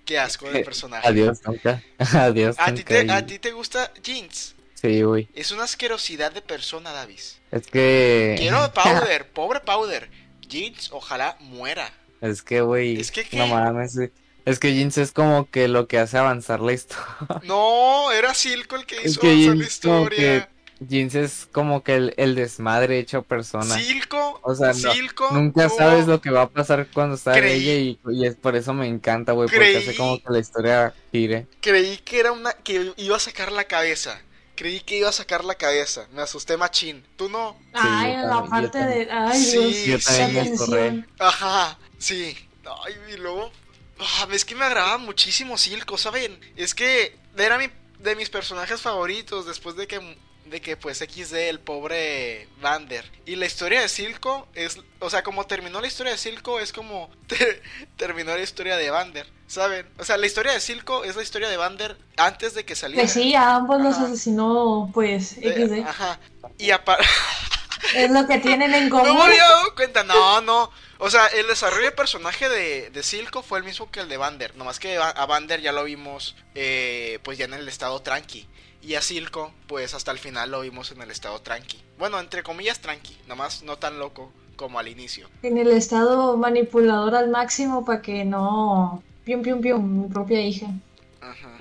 Speaker 1: qué asco
Speaker 3: Eh,
Speaker 1: de personaje.
Speaker 3: Adiós, Tonka. Adiós,
Speaker 1: Ah. ¿A ti,
Speaker 3: Tonka,
Speaker 1: te,
Speaker 3: y-
Speaker 1: ¿A ti te gusta Jeans?
Speaker 3: Sí, güey.
Speaker 1: Es una asquerosidad de persona, Davis.
Speaker 3: Es que.
Speaker 1: Quiero a Powder, pobre Powder. Jeans, ojalá muera.
Speaker 3: Es que, güey.
Speaker 1: Es que, ¿qué?
Speaker 3: No mames. sí. Es que Jinx es como que lo que hace avanzar la historia.
Speaker 1: No, era Silco el que
Speaker 3: Ah. Es
Speaker 1: hizo
Speaker 3: que
Speaker 1: avanzar la
Speaker 3: Jeans como
Speaker 1: historia.
Speaker 3: que Jeans es como que el, el desmadre hecho persona.
Speaker 1: Silco.
Speaker 3: O sea, no, Silco, nunca sabes lo que va a pasar cuando sale creí, ella y, y, es por eso me encanta, güey, porque hace como que la historia tire.
Speaker 1: Creí que era una que iba a sacar la cabeza. Creí que iba a sacar la cabeza. Me asusté machín. ¿Tú no?
Speaker 2: Sí, ay, en la parte de ay, sí, Dios,
Speaker 1: yo también sí. Ajá. Sí. Ay, y luego ah, es que me agradaba muchísimo Silco, ¿saben? Es que era mi, de mis personajes favoritos después de que de que pues XD, el pobre Vander. Y la historia de Silco es, o sea, como terminó la historia de Silco es como ter, terminó la historia de Vander, ¿saben? O sea, la historia de Silco es la historia de Vander antes de que saliera.
Speaker 2: Pues sí, a ambos ajá. los asesinó pues XD. Eh,
Speaker 1: ajá. Y aparte...
Speaker 2: es lo que tienen en común.
Speaker 1: No me había dado cuenta, no, no. O sea, el desarrollo de personaje de, de Silco fue el mismo que el de Vander. Nomás que a Vander ya lo vimos, eh, pues ya en el estado tranqui. Y a Silco, pues hasta el final lo vimos en el estado tranqui. Bueno, entre comillas tranqui, nomás no tan loco como al inicio.
Speaker 2: En el estado manipulador al máximo para que no... Pium, pium, pium, mi propia hija.
Speaker 1: Ajá.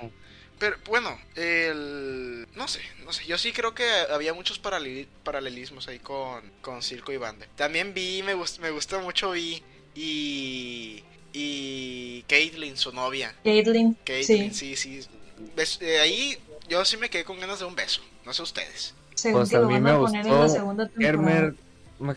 Speaker 1: Pero bueno, el... No sé, no sé. Yo sí creo que había muchos paralel... paralelismos ahí con, con Circo y Bande. También vi, me, gust... me gusta mucho vi y... Y Caitlyn, su novia.
Speaker 2: Caitlyn.
Speaker 1: Caitlyn, sí, sí. sí. Es, eh, ahí yo sí me quedé con ganas de un beso. No sé ustedes.
Speaker 3: Según pues a mí me gustó Hermer,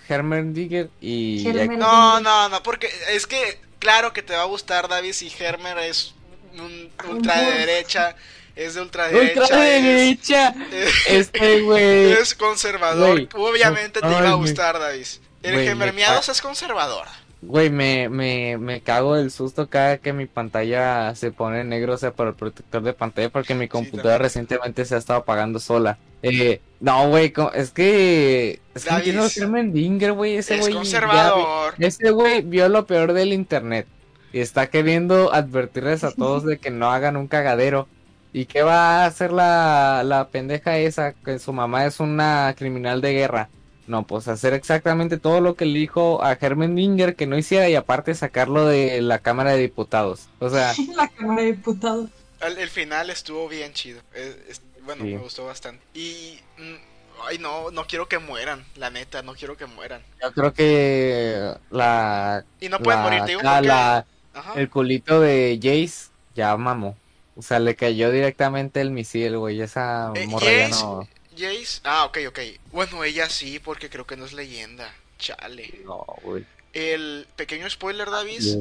Speaker 3: Hermer Digger y...
Speaker 1: Hermer no, no, no, porque es que claro que te va a gustar, Davis, y Hermer es Ah, un ultraderecha. Es de ultraderecha.
Speaker 3: Ultraderecha. Es, este güey.
Speaker 1: Es conservador. Wey. Obviamente no, te iba a gustar, wey. Davis. El wey, gemermiados es conservador.
Speaker 3: Güey, me, me, me cago del susto cada que mi pantalla se pone negro, o sea, por el protector de pantalla, porque mi computadora sí, recientemente se ha estado apagando sola. Eh, no, güey, es que. Es que Davis, no Carmen Dinger, güey. Ese güey.
Speaker 1: Es conservador.
Speaker 3: Ya, ese güey vio lo peor del internet. Y está queriendo advertirles a todos de que no hagan un cagadero. ¿Y qué va a hacer la, la pendeja esa? Que su mamá es una criminal de guerra. No, pues hacer exactamente todo lo que le dijo a Herman Dinger que no hiciera y aparte sacarlo de la Cámara de Diputados. O sea...
Speaker 2: la Cámara de Diputados.
Speaker 1: El, el final estuvo bien chido. Es, es, bueno, sí. me gustó bastante. Y... mm, ay, no, no quiero que mueran, la neta, no quiero que mueran.
Speaker 3: Yo creo que la...
Speaker 1: Y no pueden
Speaker 3: la,
Speaker 1: morir, digo,
Speaker 3: la, la, Ajá. el culito de Jace ya mamó. O sea, le cayó directamente el misil, güey, esa eh, morra Jace, ya no...
Speaker 1: Jace, ah, ok, ok. Bueno, ella sí, porque creo que no es leyenda. Chale.
Speaker 3: No, güey.
Speaker 1: El pequeño spoiler, Davis,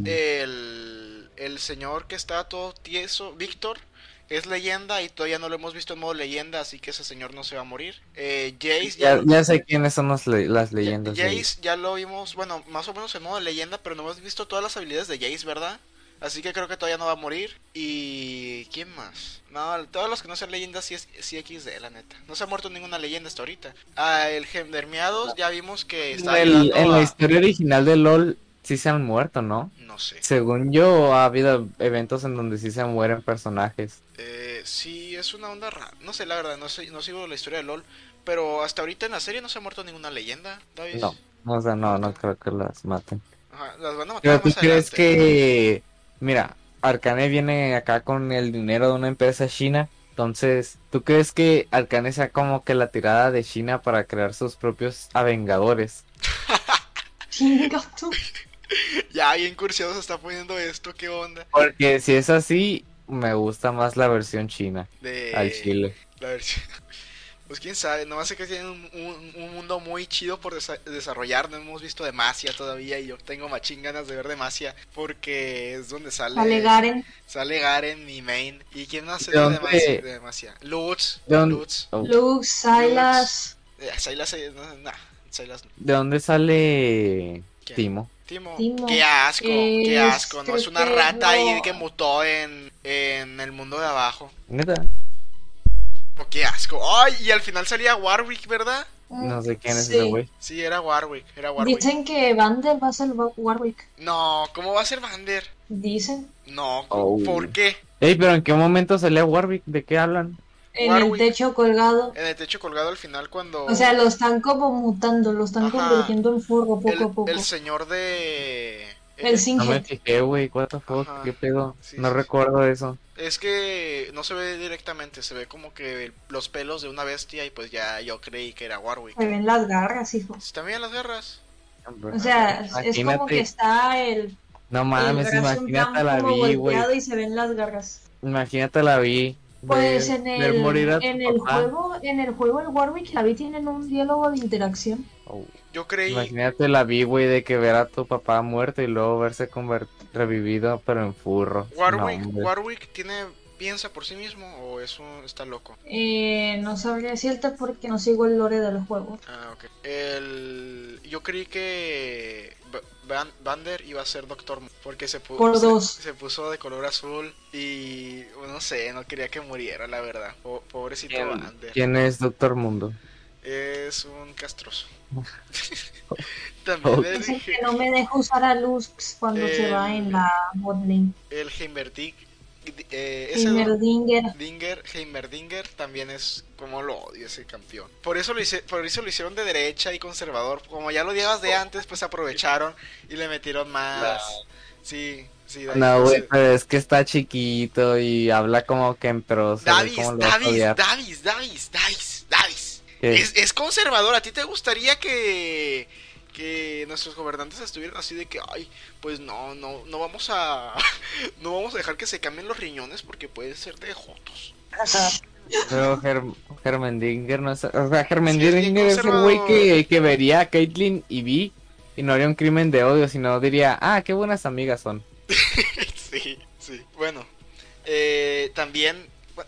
Speaker 1: el, el señor que está todo tieso, Víctor, es leyenda y todavía no lo hemos visto en modo leyenda, así que ese señor no se va a morir. Eh, Jace
Speaker 3: ya, ya, ya, sé quiénes son las, le las leyendas.
Speaker 1: Jace de... ya lo vimos, bueno, más o menos en modo leyenda, pero no hemos visto todas las habilidades de Jace, ¿verdad? Así que creo que todavía no va a morir. ¿Y quién más? No, todos los que no sean leyendas sí, es, sí XD, la neta. No se ha muerto ninguna leyenda hasta ahorita. Ah, el Gendermiados ya vimos que está...
Speaker 3: El, en la a... historia original de LOL sí se han muerto, ¿no?
Speaker 1: No sé.
Speaker 3: Según yo, ha habido eventos en donde sí se mueren personajes.
Speaker 1: Eh, sí, es una onda rara. No sé, la verdad, no, sé, no sigo la historia de LOL. Pero hasta ahorita en la serie no se ha muerto ninguna leyenda, David.
Speaker 3: No, o sea, no, no creo que las maten.
Speaker 1: Ajá, las van a matar Pero
Speaker 3: tú
Speaker 1: más
Speaker 3: crees que. Mira, Arcane viene acá con el dinero de una empresa china. Entonces, ¿tú crees que Arcane sea como que la tirada de China para crear sus propios Avengadores?
Speaker 1: ya, bien curioso se está poniendo esto, ¿qué onda?
Speaker 3: Porque si es así, me gusta más la versión china de...
Speaker 1: Eh,
Speaker 3: al chile.
Speaker 1: La versión... Pues quién sabe, nomás sé que tienen un, un, un mundo muy chido por desa desarrollar, no hemos visto Demacia todavía y yo tengo machín ganas de ver Demacia porque es donde sale...
Speaker 2: Sale Garen.
Speaker 1: Sale Garen y Main. ¿Y quién hace de Demacia? Demacia? Lutz.
Speaker 3: Don...
Speaker 1: Lutz.
Speaker 2: Oh. Lux, Silas.
Speaker 1: Lutz. Eh, Silas, eh, no, nah, Silas no.
Speaker 3: ¿De dónde sale ¿Quién? Timo?
Speaker 1: Timo. Timo. Qué asco, es...
Speaker 2: Eh,
Speaker 1: qué asco. No es una rata ahí que mutó en, en el mundo de abajo. Oh,
Speaker 3: Neta.
Speaker 1: Qué asco. Ay, y al final salía Warwick, ¿verdad?
Speaker 3: No sé quién es sí. ese güey.
Speaker 1: Sí, era Warwick, era Warwick.
Speaker 2: Mm, Dicen que Vander va a ser Warwick.
Speaker 1: No, ¿cómo va a ser Vander?
Speaker 2: Dicen.
Speaker 1: No, oh. ¿por qué?
Speaker 3: Ey, pero ¿en qué momento salía Warwick? ¿De qué hablan?
Speaker 2: En Warwick. el techo colgado.
Speaker 1: En el techo colgado al final cuando...
Speaker 2: O sea, lo están como mutando, lo están Ajá. convirtiendo en furro poco
Speaker 1: el,
Speaker 2: a poco.
Speaker 1: El señor de... eh,
Speaker 2: El
Speaker 3: No me
Speaker 2: Singed.
Speaker 3: fijé, güey. What the fuck,
Speaker 1: Ajá.
Speaker 3: qué pedo.
Speaker 1: Sí,
Speaker 3: No
Speaker 1: sí,
Speaker 3: recuerdo eso.
Speaker 1: Es que no se ve directamente, se ve como que el- los pelos de una bestia y pues ya yo creí que era Warwick.
Speaker 2: Se ven las garras, hijo.
Speaker 1: ¿Están bien las garras?
Speaker 2: O sea, es- es como
Speaker 3: Imagínate.
Speaker 2: que está el.
Speaker 3: No
Speaker 2: el
Speaker 3: mames,
Speaker 2: brazo en
Speaker 3: imagínate
Speaker 2: plan
Speaker 3: la
Speaker 2: como
Speaker 3: vi, güey.
Speaker 2: volteado Y se ven las garras.
Speaker 3: Imagínate la vi.
Speaker 2: Pues
Speaker 3: ver-
Speaker 2: en
Speaker 3: ver
Speaker 2: el,
Speaker 3: morir a tu
Speaker 2: en el
Speaker 3: papá.
Speaker 2: juego, en el juego el Warwick y la Vi tienen un diálogo de interacción.
Speaker 3: Oh,
Speaker 1: Yo creí,
Speaker 3: Imagínate la vi, güey, de que ver a tu papá muerto y luego verse convert- revivido, pero en furro.
Speaker 1: Warwick,
Speaker 3: No, hombre.
Speaker 1: Warwick tiene piensa por sí mismo o eso está loco.
Speaker 2: Eh, no sabría decirte porque no sigo el lore de los juegos.
Speaker 1: Ah, ok. El... Yo creí que B- Van Vander iba a ser Doctor Mu- porque se, puso
Speaker 2: Por dos.
Speaker 1: se, puso de color azul y no sé, no quería que muriera, la verdad. Po- pobrecito
Speaker 3: ¿Quién,
Speaker 1: Vander.
Speaker 3: quién es Doctor Mundo?
Speaker 1: Es un castroso. También le
Speaker 2: Es el
Speaker 1: dije
Speaker 2: que no me deja usar a Lux cuando se
Speaker 1: Eh,
Speaker 2: va en la botlane.
Speaker 1: el Heimerdig. eh, ese
Speaker 2: Heimerdinger.
Speaker 1: Dinger, Heimerdinger también es como lo odio ese campeón. Por eso lo hice, por eso lo hicieron de derecha y conservador. Como ya lo llevas de antes, pues aprovecharon y le metieron más. Sí, sí, Davis.
Speaker 3: No, güey, pero es que está chiquito y habla como que en prosa. güey,
Speaker 1: Davis,
Speaker 3: ¿cómo lo vas a
Speaker 1: Davis,
Speaker 3: odiar?
Speaker 1: Davis, Davis, Davis, Davis.
Speaker 3: ¿Qué?
Speaker 1: Es, es conservador. ¿A ti te gustaría que, que nuestros gobernantes estuvieran así de que, ay, pues no, no, no vamos a, no vamos a dejar que se cambien los riñones porque pueden ser de jotos.
Speaker 3: Pero Germ Germendinger no es. O sea,
Speaker 1: Sí, es
Speaker 3: Germendinger
Speaker 1: bien
Speaker 3: es el güey
Speaker 1: conservador.
Speaker 3: que, que vería a Caitlyn y Vi y no haría un crimen de odio, sino diría, ah, qué buenas amigas son.
Speaker 1: sí, sí. Bueno, eh, también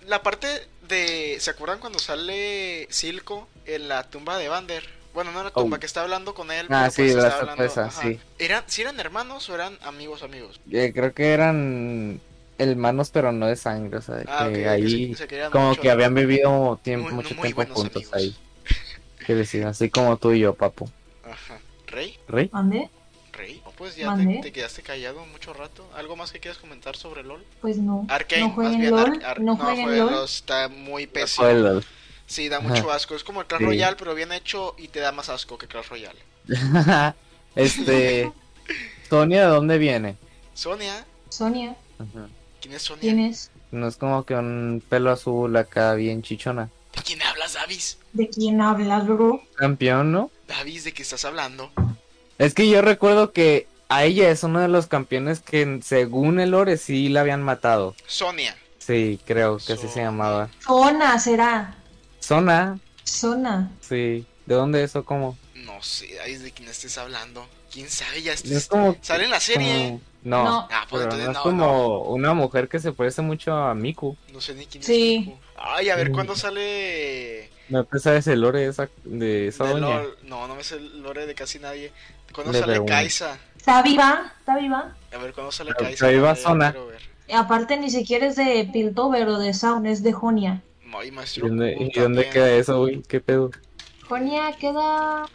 Speaker 1: la parte de. ¿Se acuerdan cuando sale Silco en la tumba de Vander? Bueno, no en la tumba,
Speaker 3: Oh.
Speaker 1: que está hablando con él.
Speaker 3: Ah,
Speaker 1: pero, pues,
Speaker 3: sí,
Speaker 1: está
Speaker 3: la sorpresa,
Speaker 1: ajá.
Speaker 3: sí.
Speaker 1: ¿Eran, ¿Si eran hermanos o eran amigos, amigos?
Speaker 3: Eh, creo que eran hermanos, pero no de sangre, o sea, de
Speaker 1: Ah, ok,
Speaker 3: que
Speaker 1: que
Speaker 3: Eh, ahí
Speaker 1: se- se querían
Speaker 3: como
Speaker 1: mucho.
Speaker 3: que habían vivido tiemp-
Speaker 1: Muy-
Speaker 3: mucho
Speaker 1: muy
Speaker 3: tiempo
Speaker 1: buenos
Speaker 3: juntos
Speaker 1: amigos.
Speaker 3: ahí. Que decir, así como tú y yo, papu.
Speaker 1: Ajá. ¿Rey?
Speaker 3: ¿Rey?
Speaker 2: ¿Mande?
Speaker 1: ¿Rey? No, Pues ya te,
Speaker 2: Mandé.
Speaker 1: te quedaste callado mucho rato. ¿Algo más que quieras comentar sobre LOL?
Speaker 2: Pues no.
Speaker 1: Arkane,
Speaker 2: no
Speaker 1: más
Speaker 2: jueguen
Speaker 1: bien.
Speaker 2: LOL.
Speaker 1: Ar- ar-
Speaker 2: no jueguen
Speaker 1: jueguen
Speaker 2: LOL.
Speaker 1: LOL, Está muy pésimo.
Speaker 3: Fue el-
Speaker 1: Sí, da
Speaker 3: Ajá.
Speaker 1: mucho asco. Es como el Clash
Speaker 3: Sí.
Speaker 1: Royale, pero bien hecho y te da más asco que Clash Royale.
Speaker 3: este. Sonia, ¿de dónde viene?
Speaker 1: Sonia,
Speaker 2: Sonia,
Speaker 1: ¿quién es Sonia?
Speaker 2: ¿quién es?
Speaker 3: No es como que un pelo azul acá bien chichona.
Speaker 1: ¿De quién hablas, Davis?
Speaker 2: ¿De quién hablas, bro?
Speaker 3: Campeón, ¿no?
Speaker 1: Davis, ¿de qué estás hablando?
Speaker 3: Es que yo recuerdo que a ella es uno de los campeones que según el lore sí la habían matado.
Speaker 1: Sonia.
Speaker 3: Sí, creo que así se
Speaker 1: Sonia.
Speaker 3: llamaba.
Speaker 2: Zona será.
Speaker 3: Zona,
Speaker 2: Zona.
Speaker 3: sí. ¿De dónde eso? ¿Cómo?
Speaker 1: No sé, Davis, ¿de quién estés hablando? ¿Quién sabe? Ya
Speaker 3: Es
Speaker 1: estés...
Speaker 3: como...
Speaker 1: Sale en la serie.
Speaker 3: como- No,
Speaker 2: No.
Speaker 1: Ah, pues
Speaker 3: pero no
Speaker 1: entonces
Speaker 3: es
Speaker 1: no,
Speaker 3: como
Speaker 1: no.
Speaker 3: una mujer que se parece mucho a Miku.
Speaker 1: No sé ni quién
Speaker 2: Sí.
Speaker 1: es. Miku. Ay, a ver,
Speaker 3: Mm.
Speaker 1: ¿cuándo sale...
Speaker 3: No te sabes el lore de esa, de esa
Speaker 1: de
Speaker 3: doña.
Speaker 1: LOL? No, no me sé el lore de casi nadie. ¿Cuándo
Speaker 3: Le
Speaker 1: sale
Speaker 3: pregunto.
Speaker 1: Kaisa?
Speaker 2: ¿Está viva? ¿Está viva?
Speaker 1: A ver, ¿cuándo sale
Speaker 3: Pero-
Speaker 1: Kaisa?
Speaker 3: pero ahí va
Speaker 1: Eh,
Speaker 3: Zona.
Speaker 1: quiero ver.
Speaker 2: Y aparte ni siquiera es de Piltover o de Sound, es de Jonia.
Speaker 1: No, y
Speaker 3: ¿Y
Speaker 1: Maestro
Speaker 3: dónde,
Speaker 1: Q
Speaker 3: y dónde
Speaker 1: también.
Speaker 3: queda eso, güey? ¿Qué pedo?
Speaker 2: Jonia queda...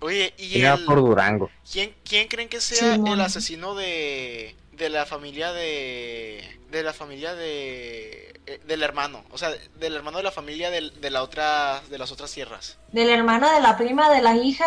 Speaker 1: Oye, ¿y
Speaker 3: Era
Speaker 1: el...
Speaker 3: por Durango.
Speaker 1: ¿Quién, quién creen que sea
Speaker 2: Simón.
Speaker 1: el asesino de, de la familia de. de la familia de. eh, del hermano? O sea, del hermano de la familia del- de, la otra. de las otras tierras.
Speaker 2: Del hermano, de la prima, de la hija.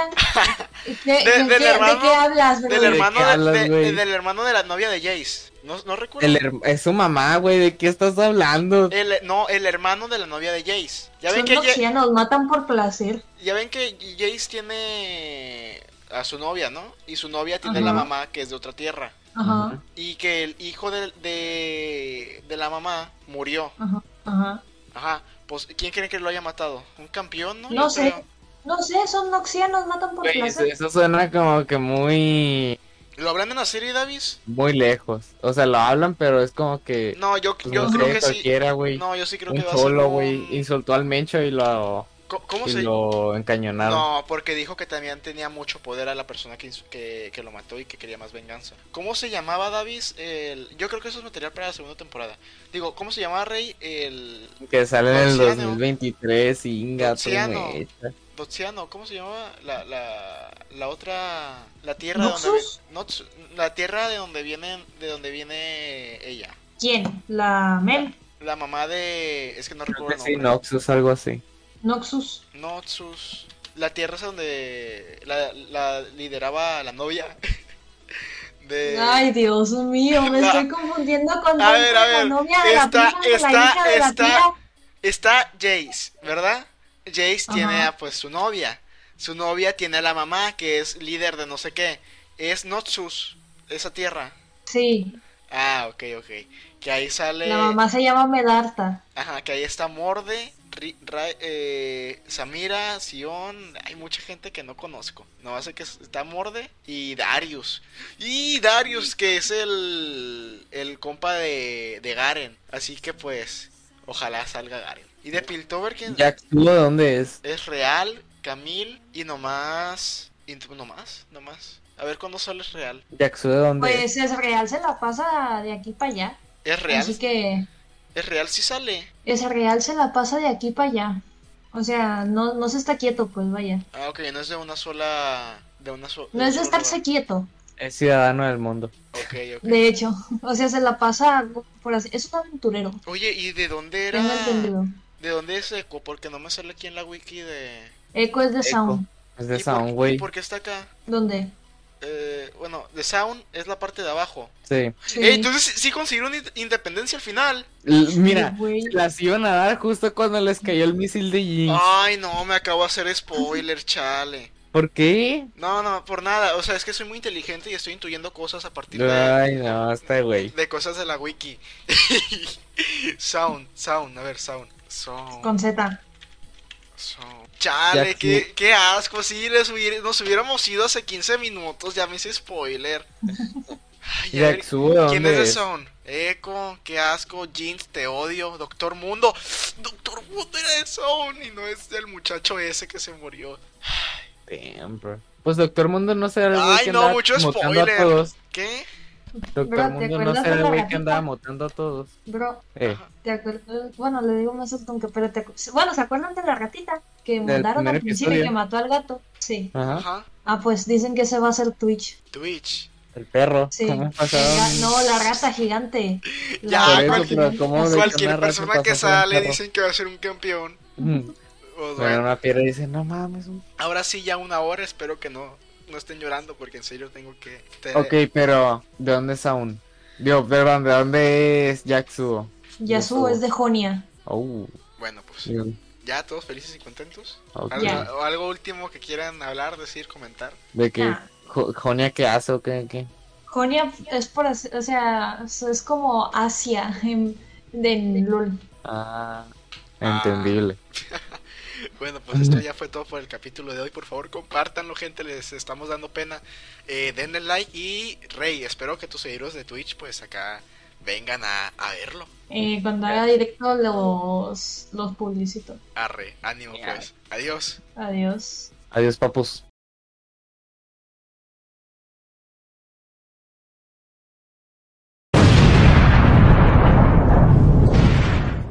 Speaker 2: ¿Qué- ¿De,
Speaker 1: del
Speaker 2: qué, de
Speaker 1: hermano-
Speaker 2: qué hablas, bro?
Speaker 1: Del
Speaker 3: ¿de
Speaker 1: hermano
Speaker 3: qué
Speaker 1: de,
Speaker 3: hablas,
Speaker 1: de-
Speaker 3: güey?
Speaker 1: del hermano de la novia de Jace. No, no recuerdo.
Speaker 3: El her- es su mamá, güey. ¿De qué estás hablando?
Speaker 1: El- no, el hermano de la novia de Jace. Ya ven
Speaker 2: Son
Speaker 1: que Ja-
Speaker 2: noxianos, matan por placer.
Speaker 1: ya ven que Jace tiene a su novia, ¿no? Y su novia tiene la
Speaker 2: Ajá.
Speaker 1: mamá que es de otra tierra.
Speaker 2: Ajá,
Speaker 1: Y que el hijo de, de, de la mamá murió.
Speaker 2: ajá, ajá.
Speaker 1: Ajá, pues ¿quién cree que lo haya matado? ¿Un campeón, no?
Speaker 2: No
Speaker 1: Yo
Speaker 2: sé.
Speaker 1: creo.
Speaker 2: No sé, son noxianos, matan por
Speaker 3: Güey, eso,
Speaker 2: placer.
Speaker 3: eso suena como que muy,
Speaker 1: ¿Lo hablan en la serie, Davis?
Speaker 3: muy lejos. O sea, lo hablan, pero es como que.
Speaker 1: No, yo,
Speaker 3: pues,
Speaker 1: yo
Speaker 3: no
Speaker 1: creo
Speaker 3: sé,
Speaker 1: que sí.
Speaker 3: cualquiera, güey.
Speaker 1: No, yo sí creo
Speaker 3: un
Speaker 1: que va a ser.
Speaker 3: solo,
Speaker 1: un-
Speaker 3: güey. Insultó al Mencho y lo,
Speaker 1: Co- ¿Cómo
Speaker 3: y
Speaker 1: se.?
Speaker 3: lo encañonaron.
Speaker 1: No, porque dijo que también tenía mucho poder a la persona que, ins- que, que lo mató y que quería más venganza. ¿Cómo se llamaba Davis? El... Yo creo que eso es material para la segunda temporada. Digo, ¿cómo se llamaba Rey? El.
Speaker 3: Que sale en el
Speaker 1: Donciano.
Speaker 3: 2023, inga, tu
Speaker 1: Donciano.
Speaker 3: mecha.
Speaker 1: Dotsiano, ¿cómo se llamaba? La, la, la otra. La tierra de donde.
Speaker 2: ¿Noxus?
Speaker 1: vi- Nox- La tierra de donde, viene, de donde viene ella.
Speaker 2: ¿Quién? ¿La Mel?
Speaker 1: La mamá de. Es que no
Speaker 3: Creo
Speaker 1: recuerdo
Speaker 3: que
Speaker 1: el
Speaker 3: sí,
Speaker 1: nombre.
Speaker 3: Noxus, algo así.
Speaker 2: Noxus.
Speaker 1: Noxus. La tierra es donde la, la lideraba la novia De...
Speaker 2: Ay, Dios mío, me no. estoy confundiendo con
Speaker 1: Eh, a ver, a ver. está, está, está, está Jace, ¿verdad? Jace Ajá. tiene a, pues su novia. Su novia tiene a la mamá que es líder de no sé qué. Es Notsus, esa tierra.
Speaker 2: Sí.
Speaker 1: Ah, ok, ok. Que ahí sale.
Speaker 2: La mamá se llama Medarta.
Speaker 1: Ajá, que ahí está Morde, Ri, Ra, eh, Samira, Sion. Hay mucha gente que no conozco. No hace que está Morde y Darius. Y Darius, que es el, el compa de, de Garen. Así que pues, ojalá salga Garen. ¿Y de Piltover quién?
Speaker 3: Jack, ¿tú de dónde es?
Speaker 1: Es Real, Camil y nomás. Y nomás, nomás. A ver cuándo sale es real.
Speaker 3: Jackson, ¿de dónde?
Speaker 2: Pues es real, se la pasa de aquí para allá.
Speaker 1: Es real.
Speaker 2: Así que.
Speaker 1: Es real, sí sale.
Speaker 2: Es real, se la pasa de aquí para allá. O sea, no, no se está quieto, pues vaya.
Speaker 1: Ah, ok, no es de una sola. De una so...
Speaker 2: no es de estarse lugar. quieto.
Speaker 3: Es ciudadano del mundo.
Speaker 1: Okay, okay.
Speaker 2: De hecho, o sea, se la pasa por así. Es un aventurero.
Speaker 1: Oye, ¿y de dónde era?
Speaker 2: No entendido.
Speaker 1: ¿De dónde es Echo? Porque no me sale aquí en la wiki de.
Speaker 2: Echo es de Echo. Sound.
Speaker 3: Es de Sound, güey.
Speaker 1: ¿Por qué está acá?
Speaker 2: ¿Dónde?
Speaker 1: Eh, bueno, The Sound es la parte de abajo.
Speaker 3: Sí.
Speaker 1: sí. Eh, entonces sí consiguieron independencia al final.
Speaker 3: L mira, sí, las iban a dar justo cuando les cayó el misil de Jinx.
Speaker 1: Ay, no, me acabo de hacer spoiler, chale.
Speaker 3: ¿Por qué?
Speaker 1: No, no, por nada. O sea, es que soy muy inteligente y estoy intuyendo cosas a partir
Speaker 3: Ay,
Speaker 1: de.
Speaker 3: Ay, no, está güey.
Speaker 1: De cosas de la wiki. sound, sound, a ver, sound. Sound.
Speaker 2: Con Z.
Speaker 1: Sound. Chale, qué, qué, asco. Sí, les hubiera, nos hubiéramos ido hace 15 minutos. Ya me hice spoiler. Ay, ver, ¿Quién es de Son? Echo, qué asco. Jeans, te odio. Doctor Mundo. Doctor Mundo era de Son y no es el muchacho ese que se murió.
Speaker 3: Damn, bro. Pues Doctor Mundo no será el
Speaker 1: Ay, no, mucho spoiler. A todos. ¿Qué?
Speaker 3: Doctor Bro, Mundo no será el güey que andaba matando a todos.
Speaker 2: Bro, eh. ¿te acuerdas? Bueno, le digo más tonto, pero te Bueno, ¿se acuerdan de la ratita? Que mandaron al principio episodio? que mató al gato. Sí.
Speaker 3: Ajá.
Speaker 2: Ah, pues dicen que se va a hacer Twitch.
Speaker 1: Twitch.
Speaker 3: El perro.
Speaker 2: Sí. ¿Cómo Giga... No, la rata gigante.
Speaker 1: La... Ya, cualquier, cualquier persona que sale dicen que va a ser un campeón.
Speaker 3: Mm. Pues, bueno, bueno, una piedra dice, no mames. Un...
Speaker 1: Ahora sí, ya una hora, espero que no no estén llorando porque en serio tengo que.
Speaker 3: Tener... Ok, pero ¿de dónde es Aun? Digo, perdón, ¿de dónde es Yaksuo?
Speaker 2: Yasuo es de Jonia.
Speaker 3: Oh.
Speaker 1: Bueno, pues. Bien. Ya todos felices y contentos. Okay. ¿Algo, ¿O algo último que quieran hablar, decir, comentar?
Speaker 3: ¿De que
Speaker 2: Ah.
Speaker 3: nah. jo Jonia qué hace o qué, qué?
Speaker 2: Jonia es por. O sea, es como Asia en, de LOL.
Speaker 3: Ah, entendible.
Speaker 1: Ah. Bueno, pues esto ya fue todo por el capítulo de hoy. Por favor, compártanlo, gente. Les estamos dando pena. Eh, denle like. Y Rey, espero que tus seguidores de Twitch, pues acá vengan a, a verlo.
Speaker 2: Eh, cuando haga directo, los, los publicito.
Speaker 1: Arre, ánimo, pues. Adiós.
Speaker 2: Adiós.
Speaker 3: Adiós, papus.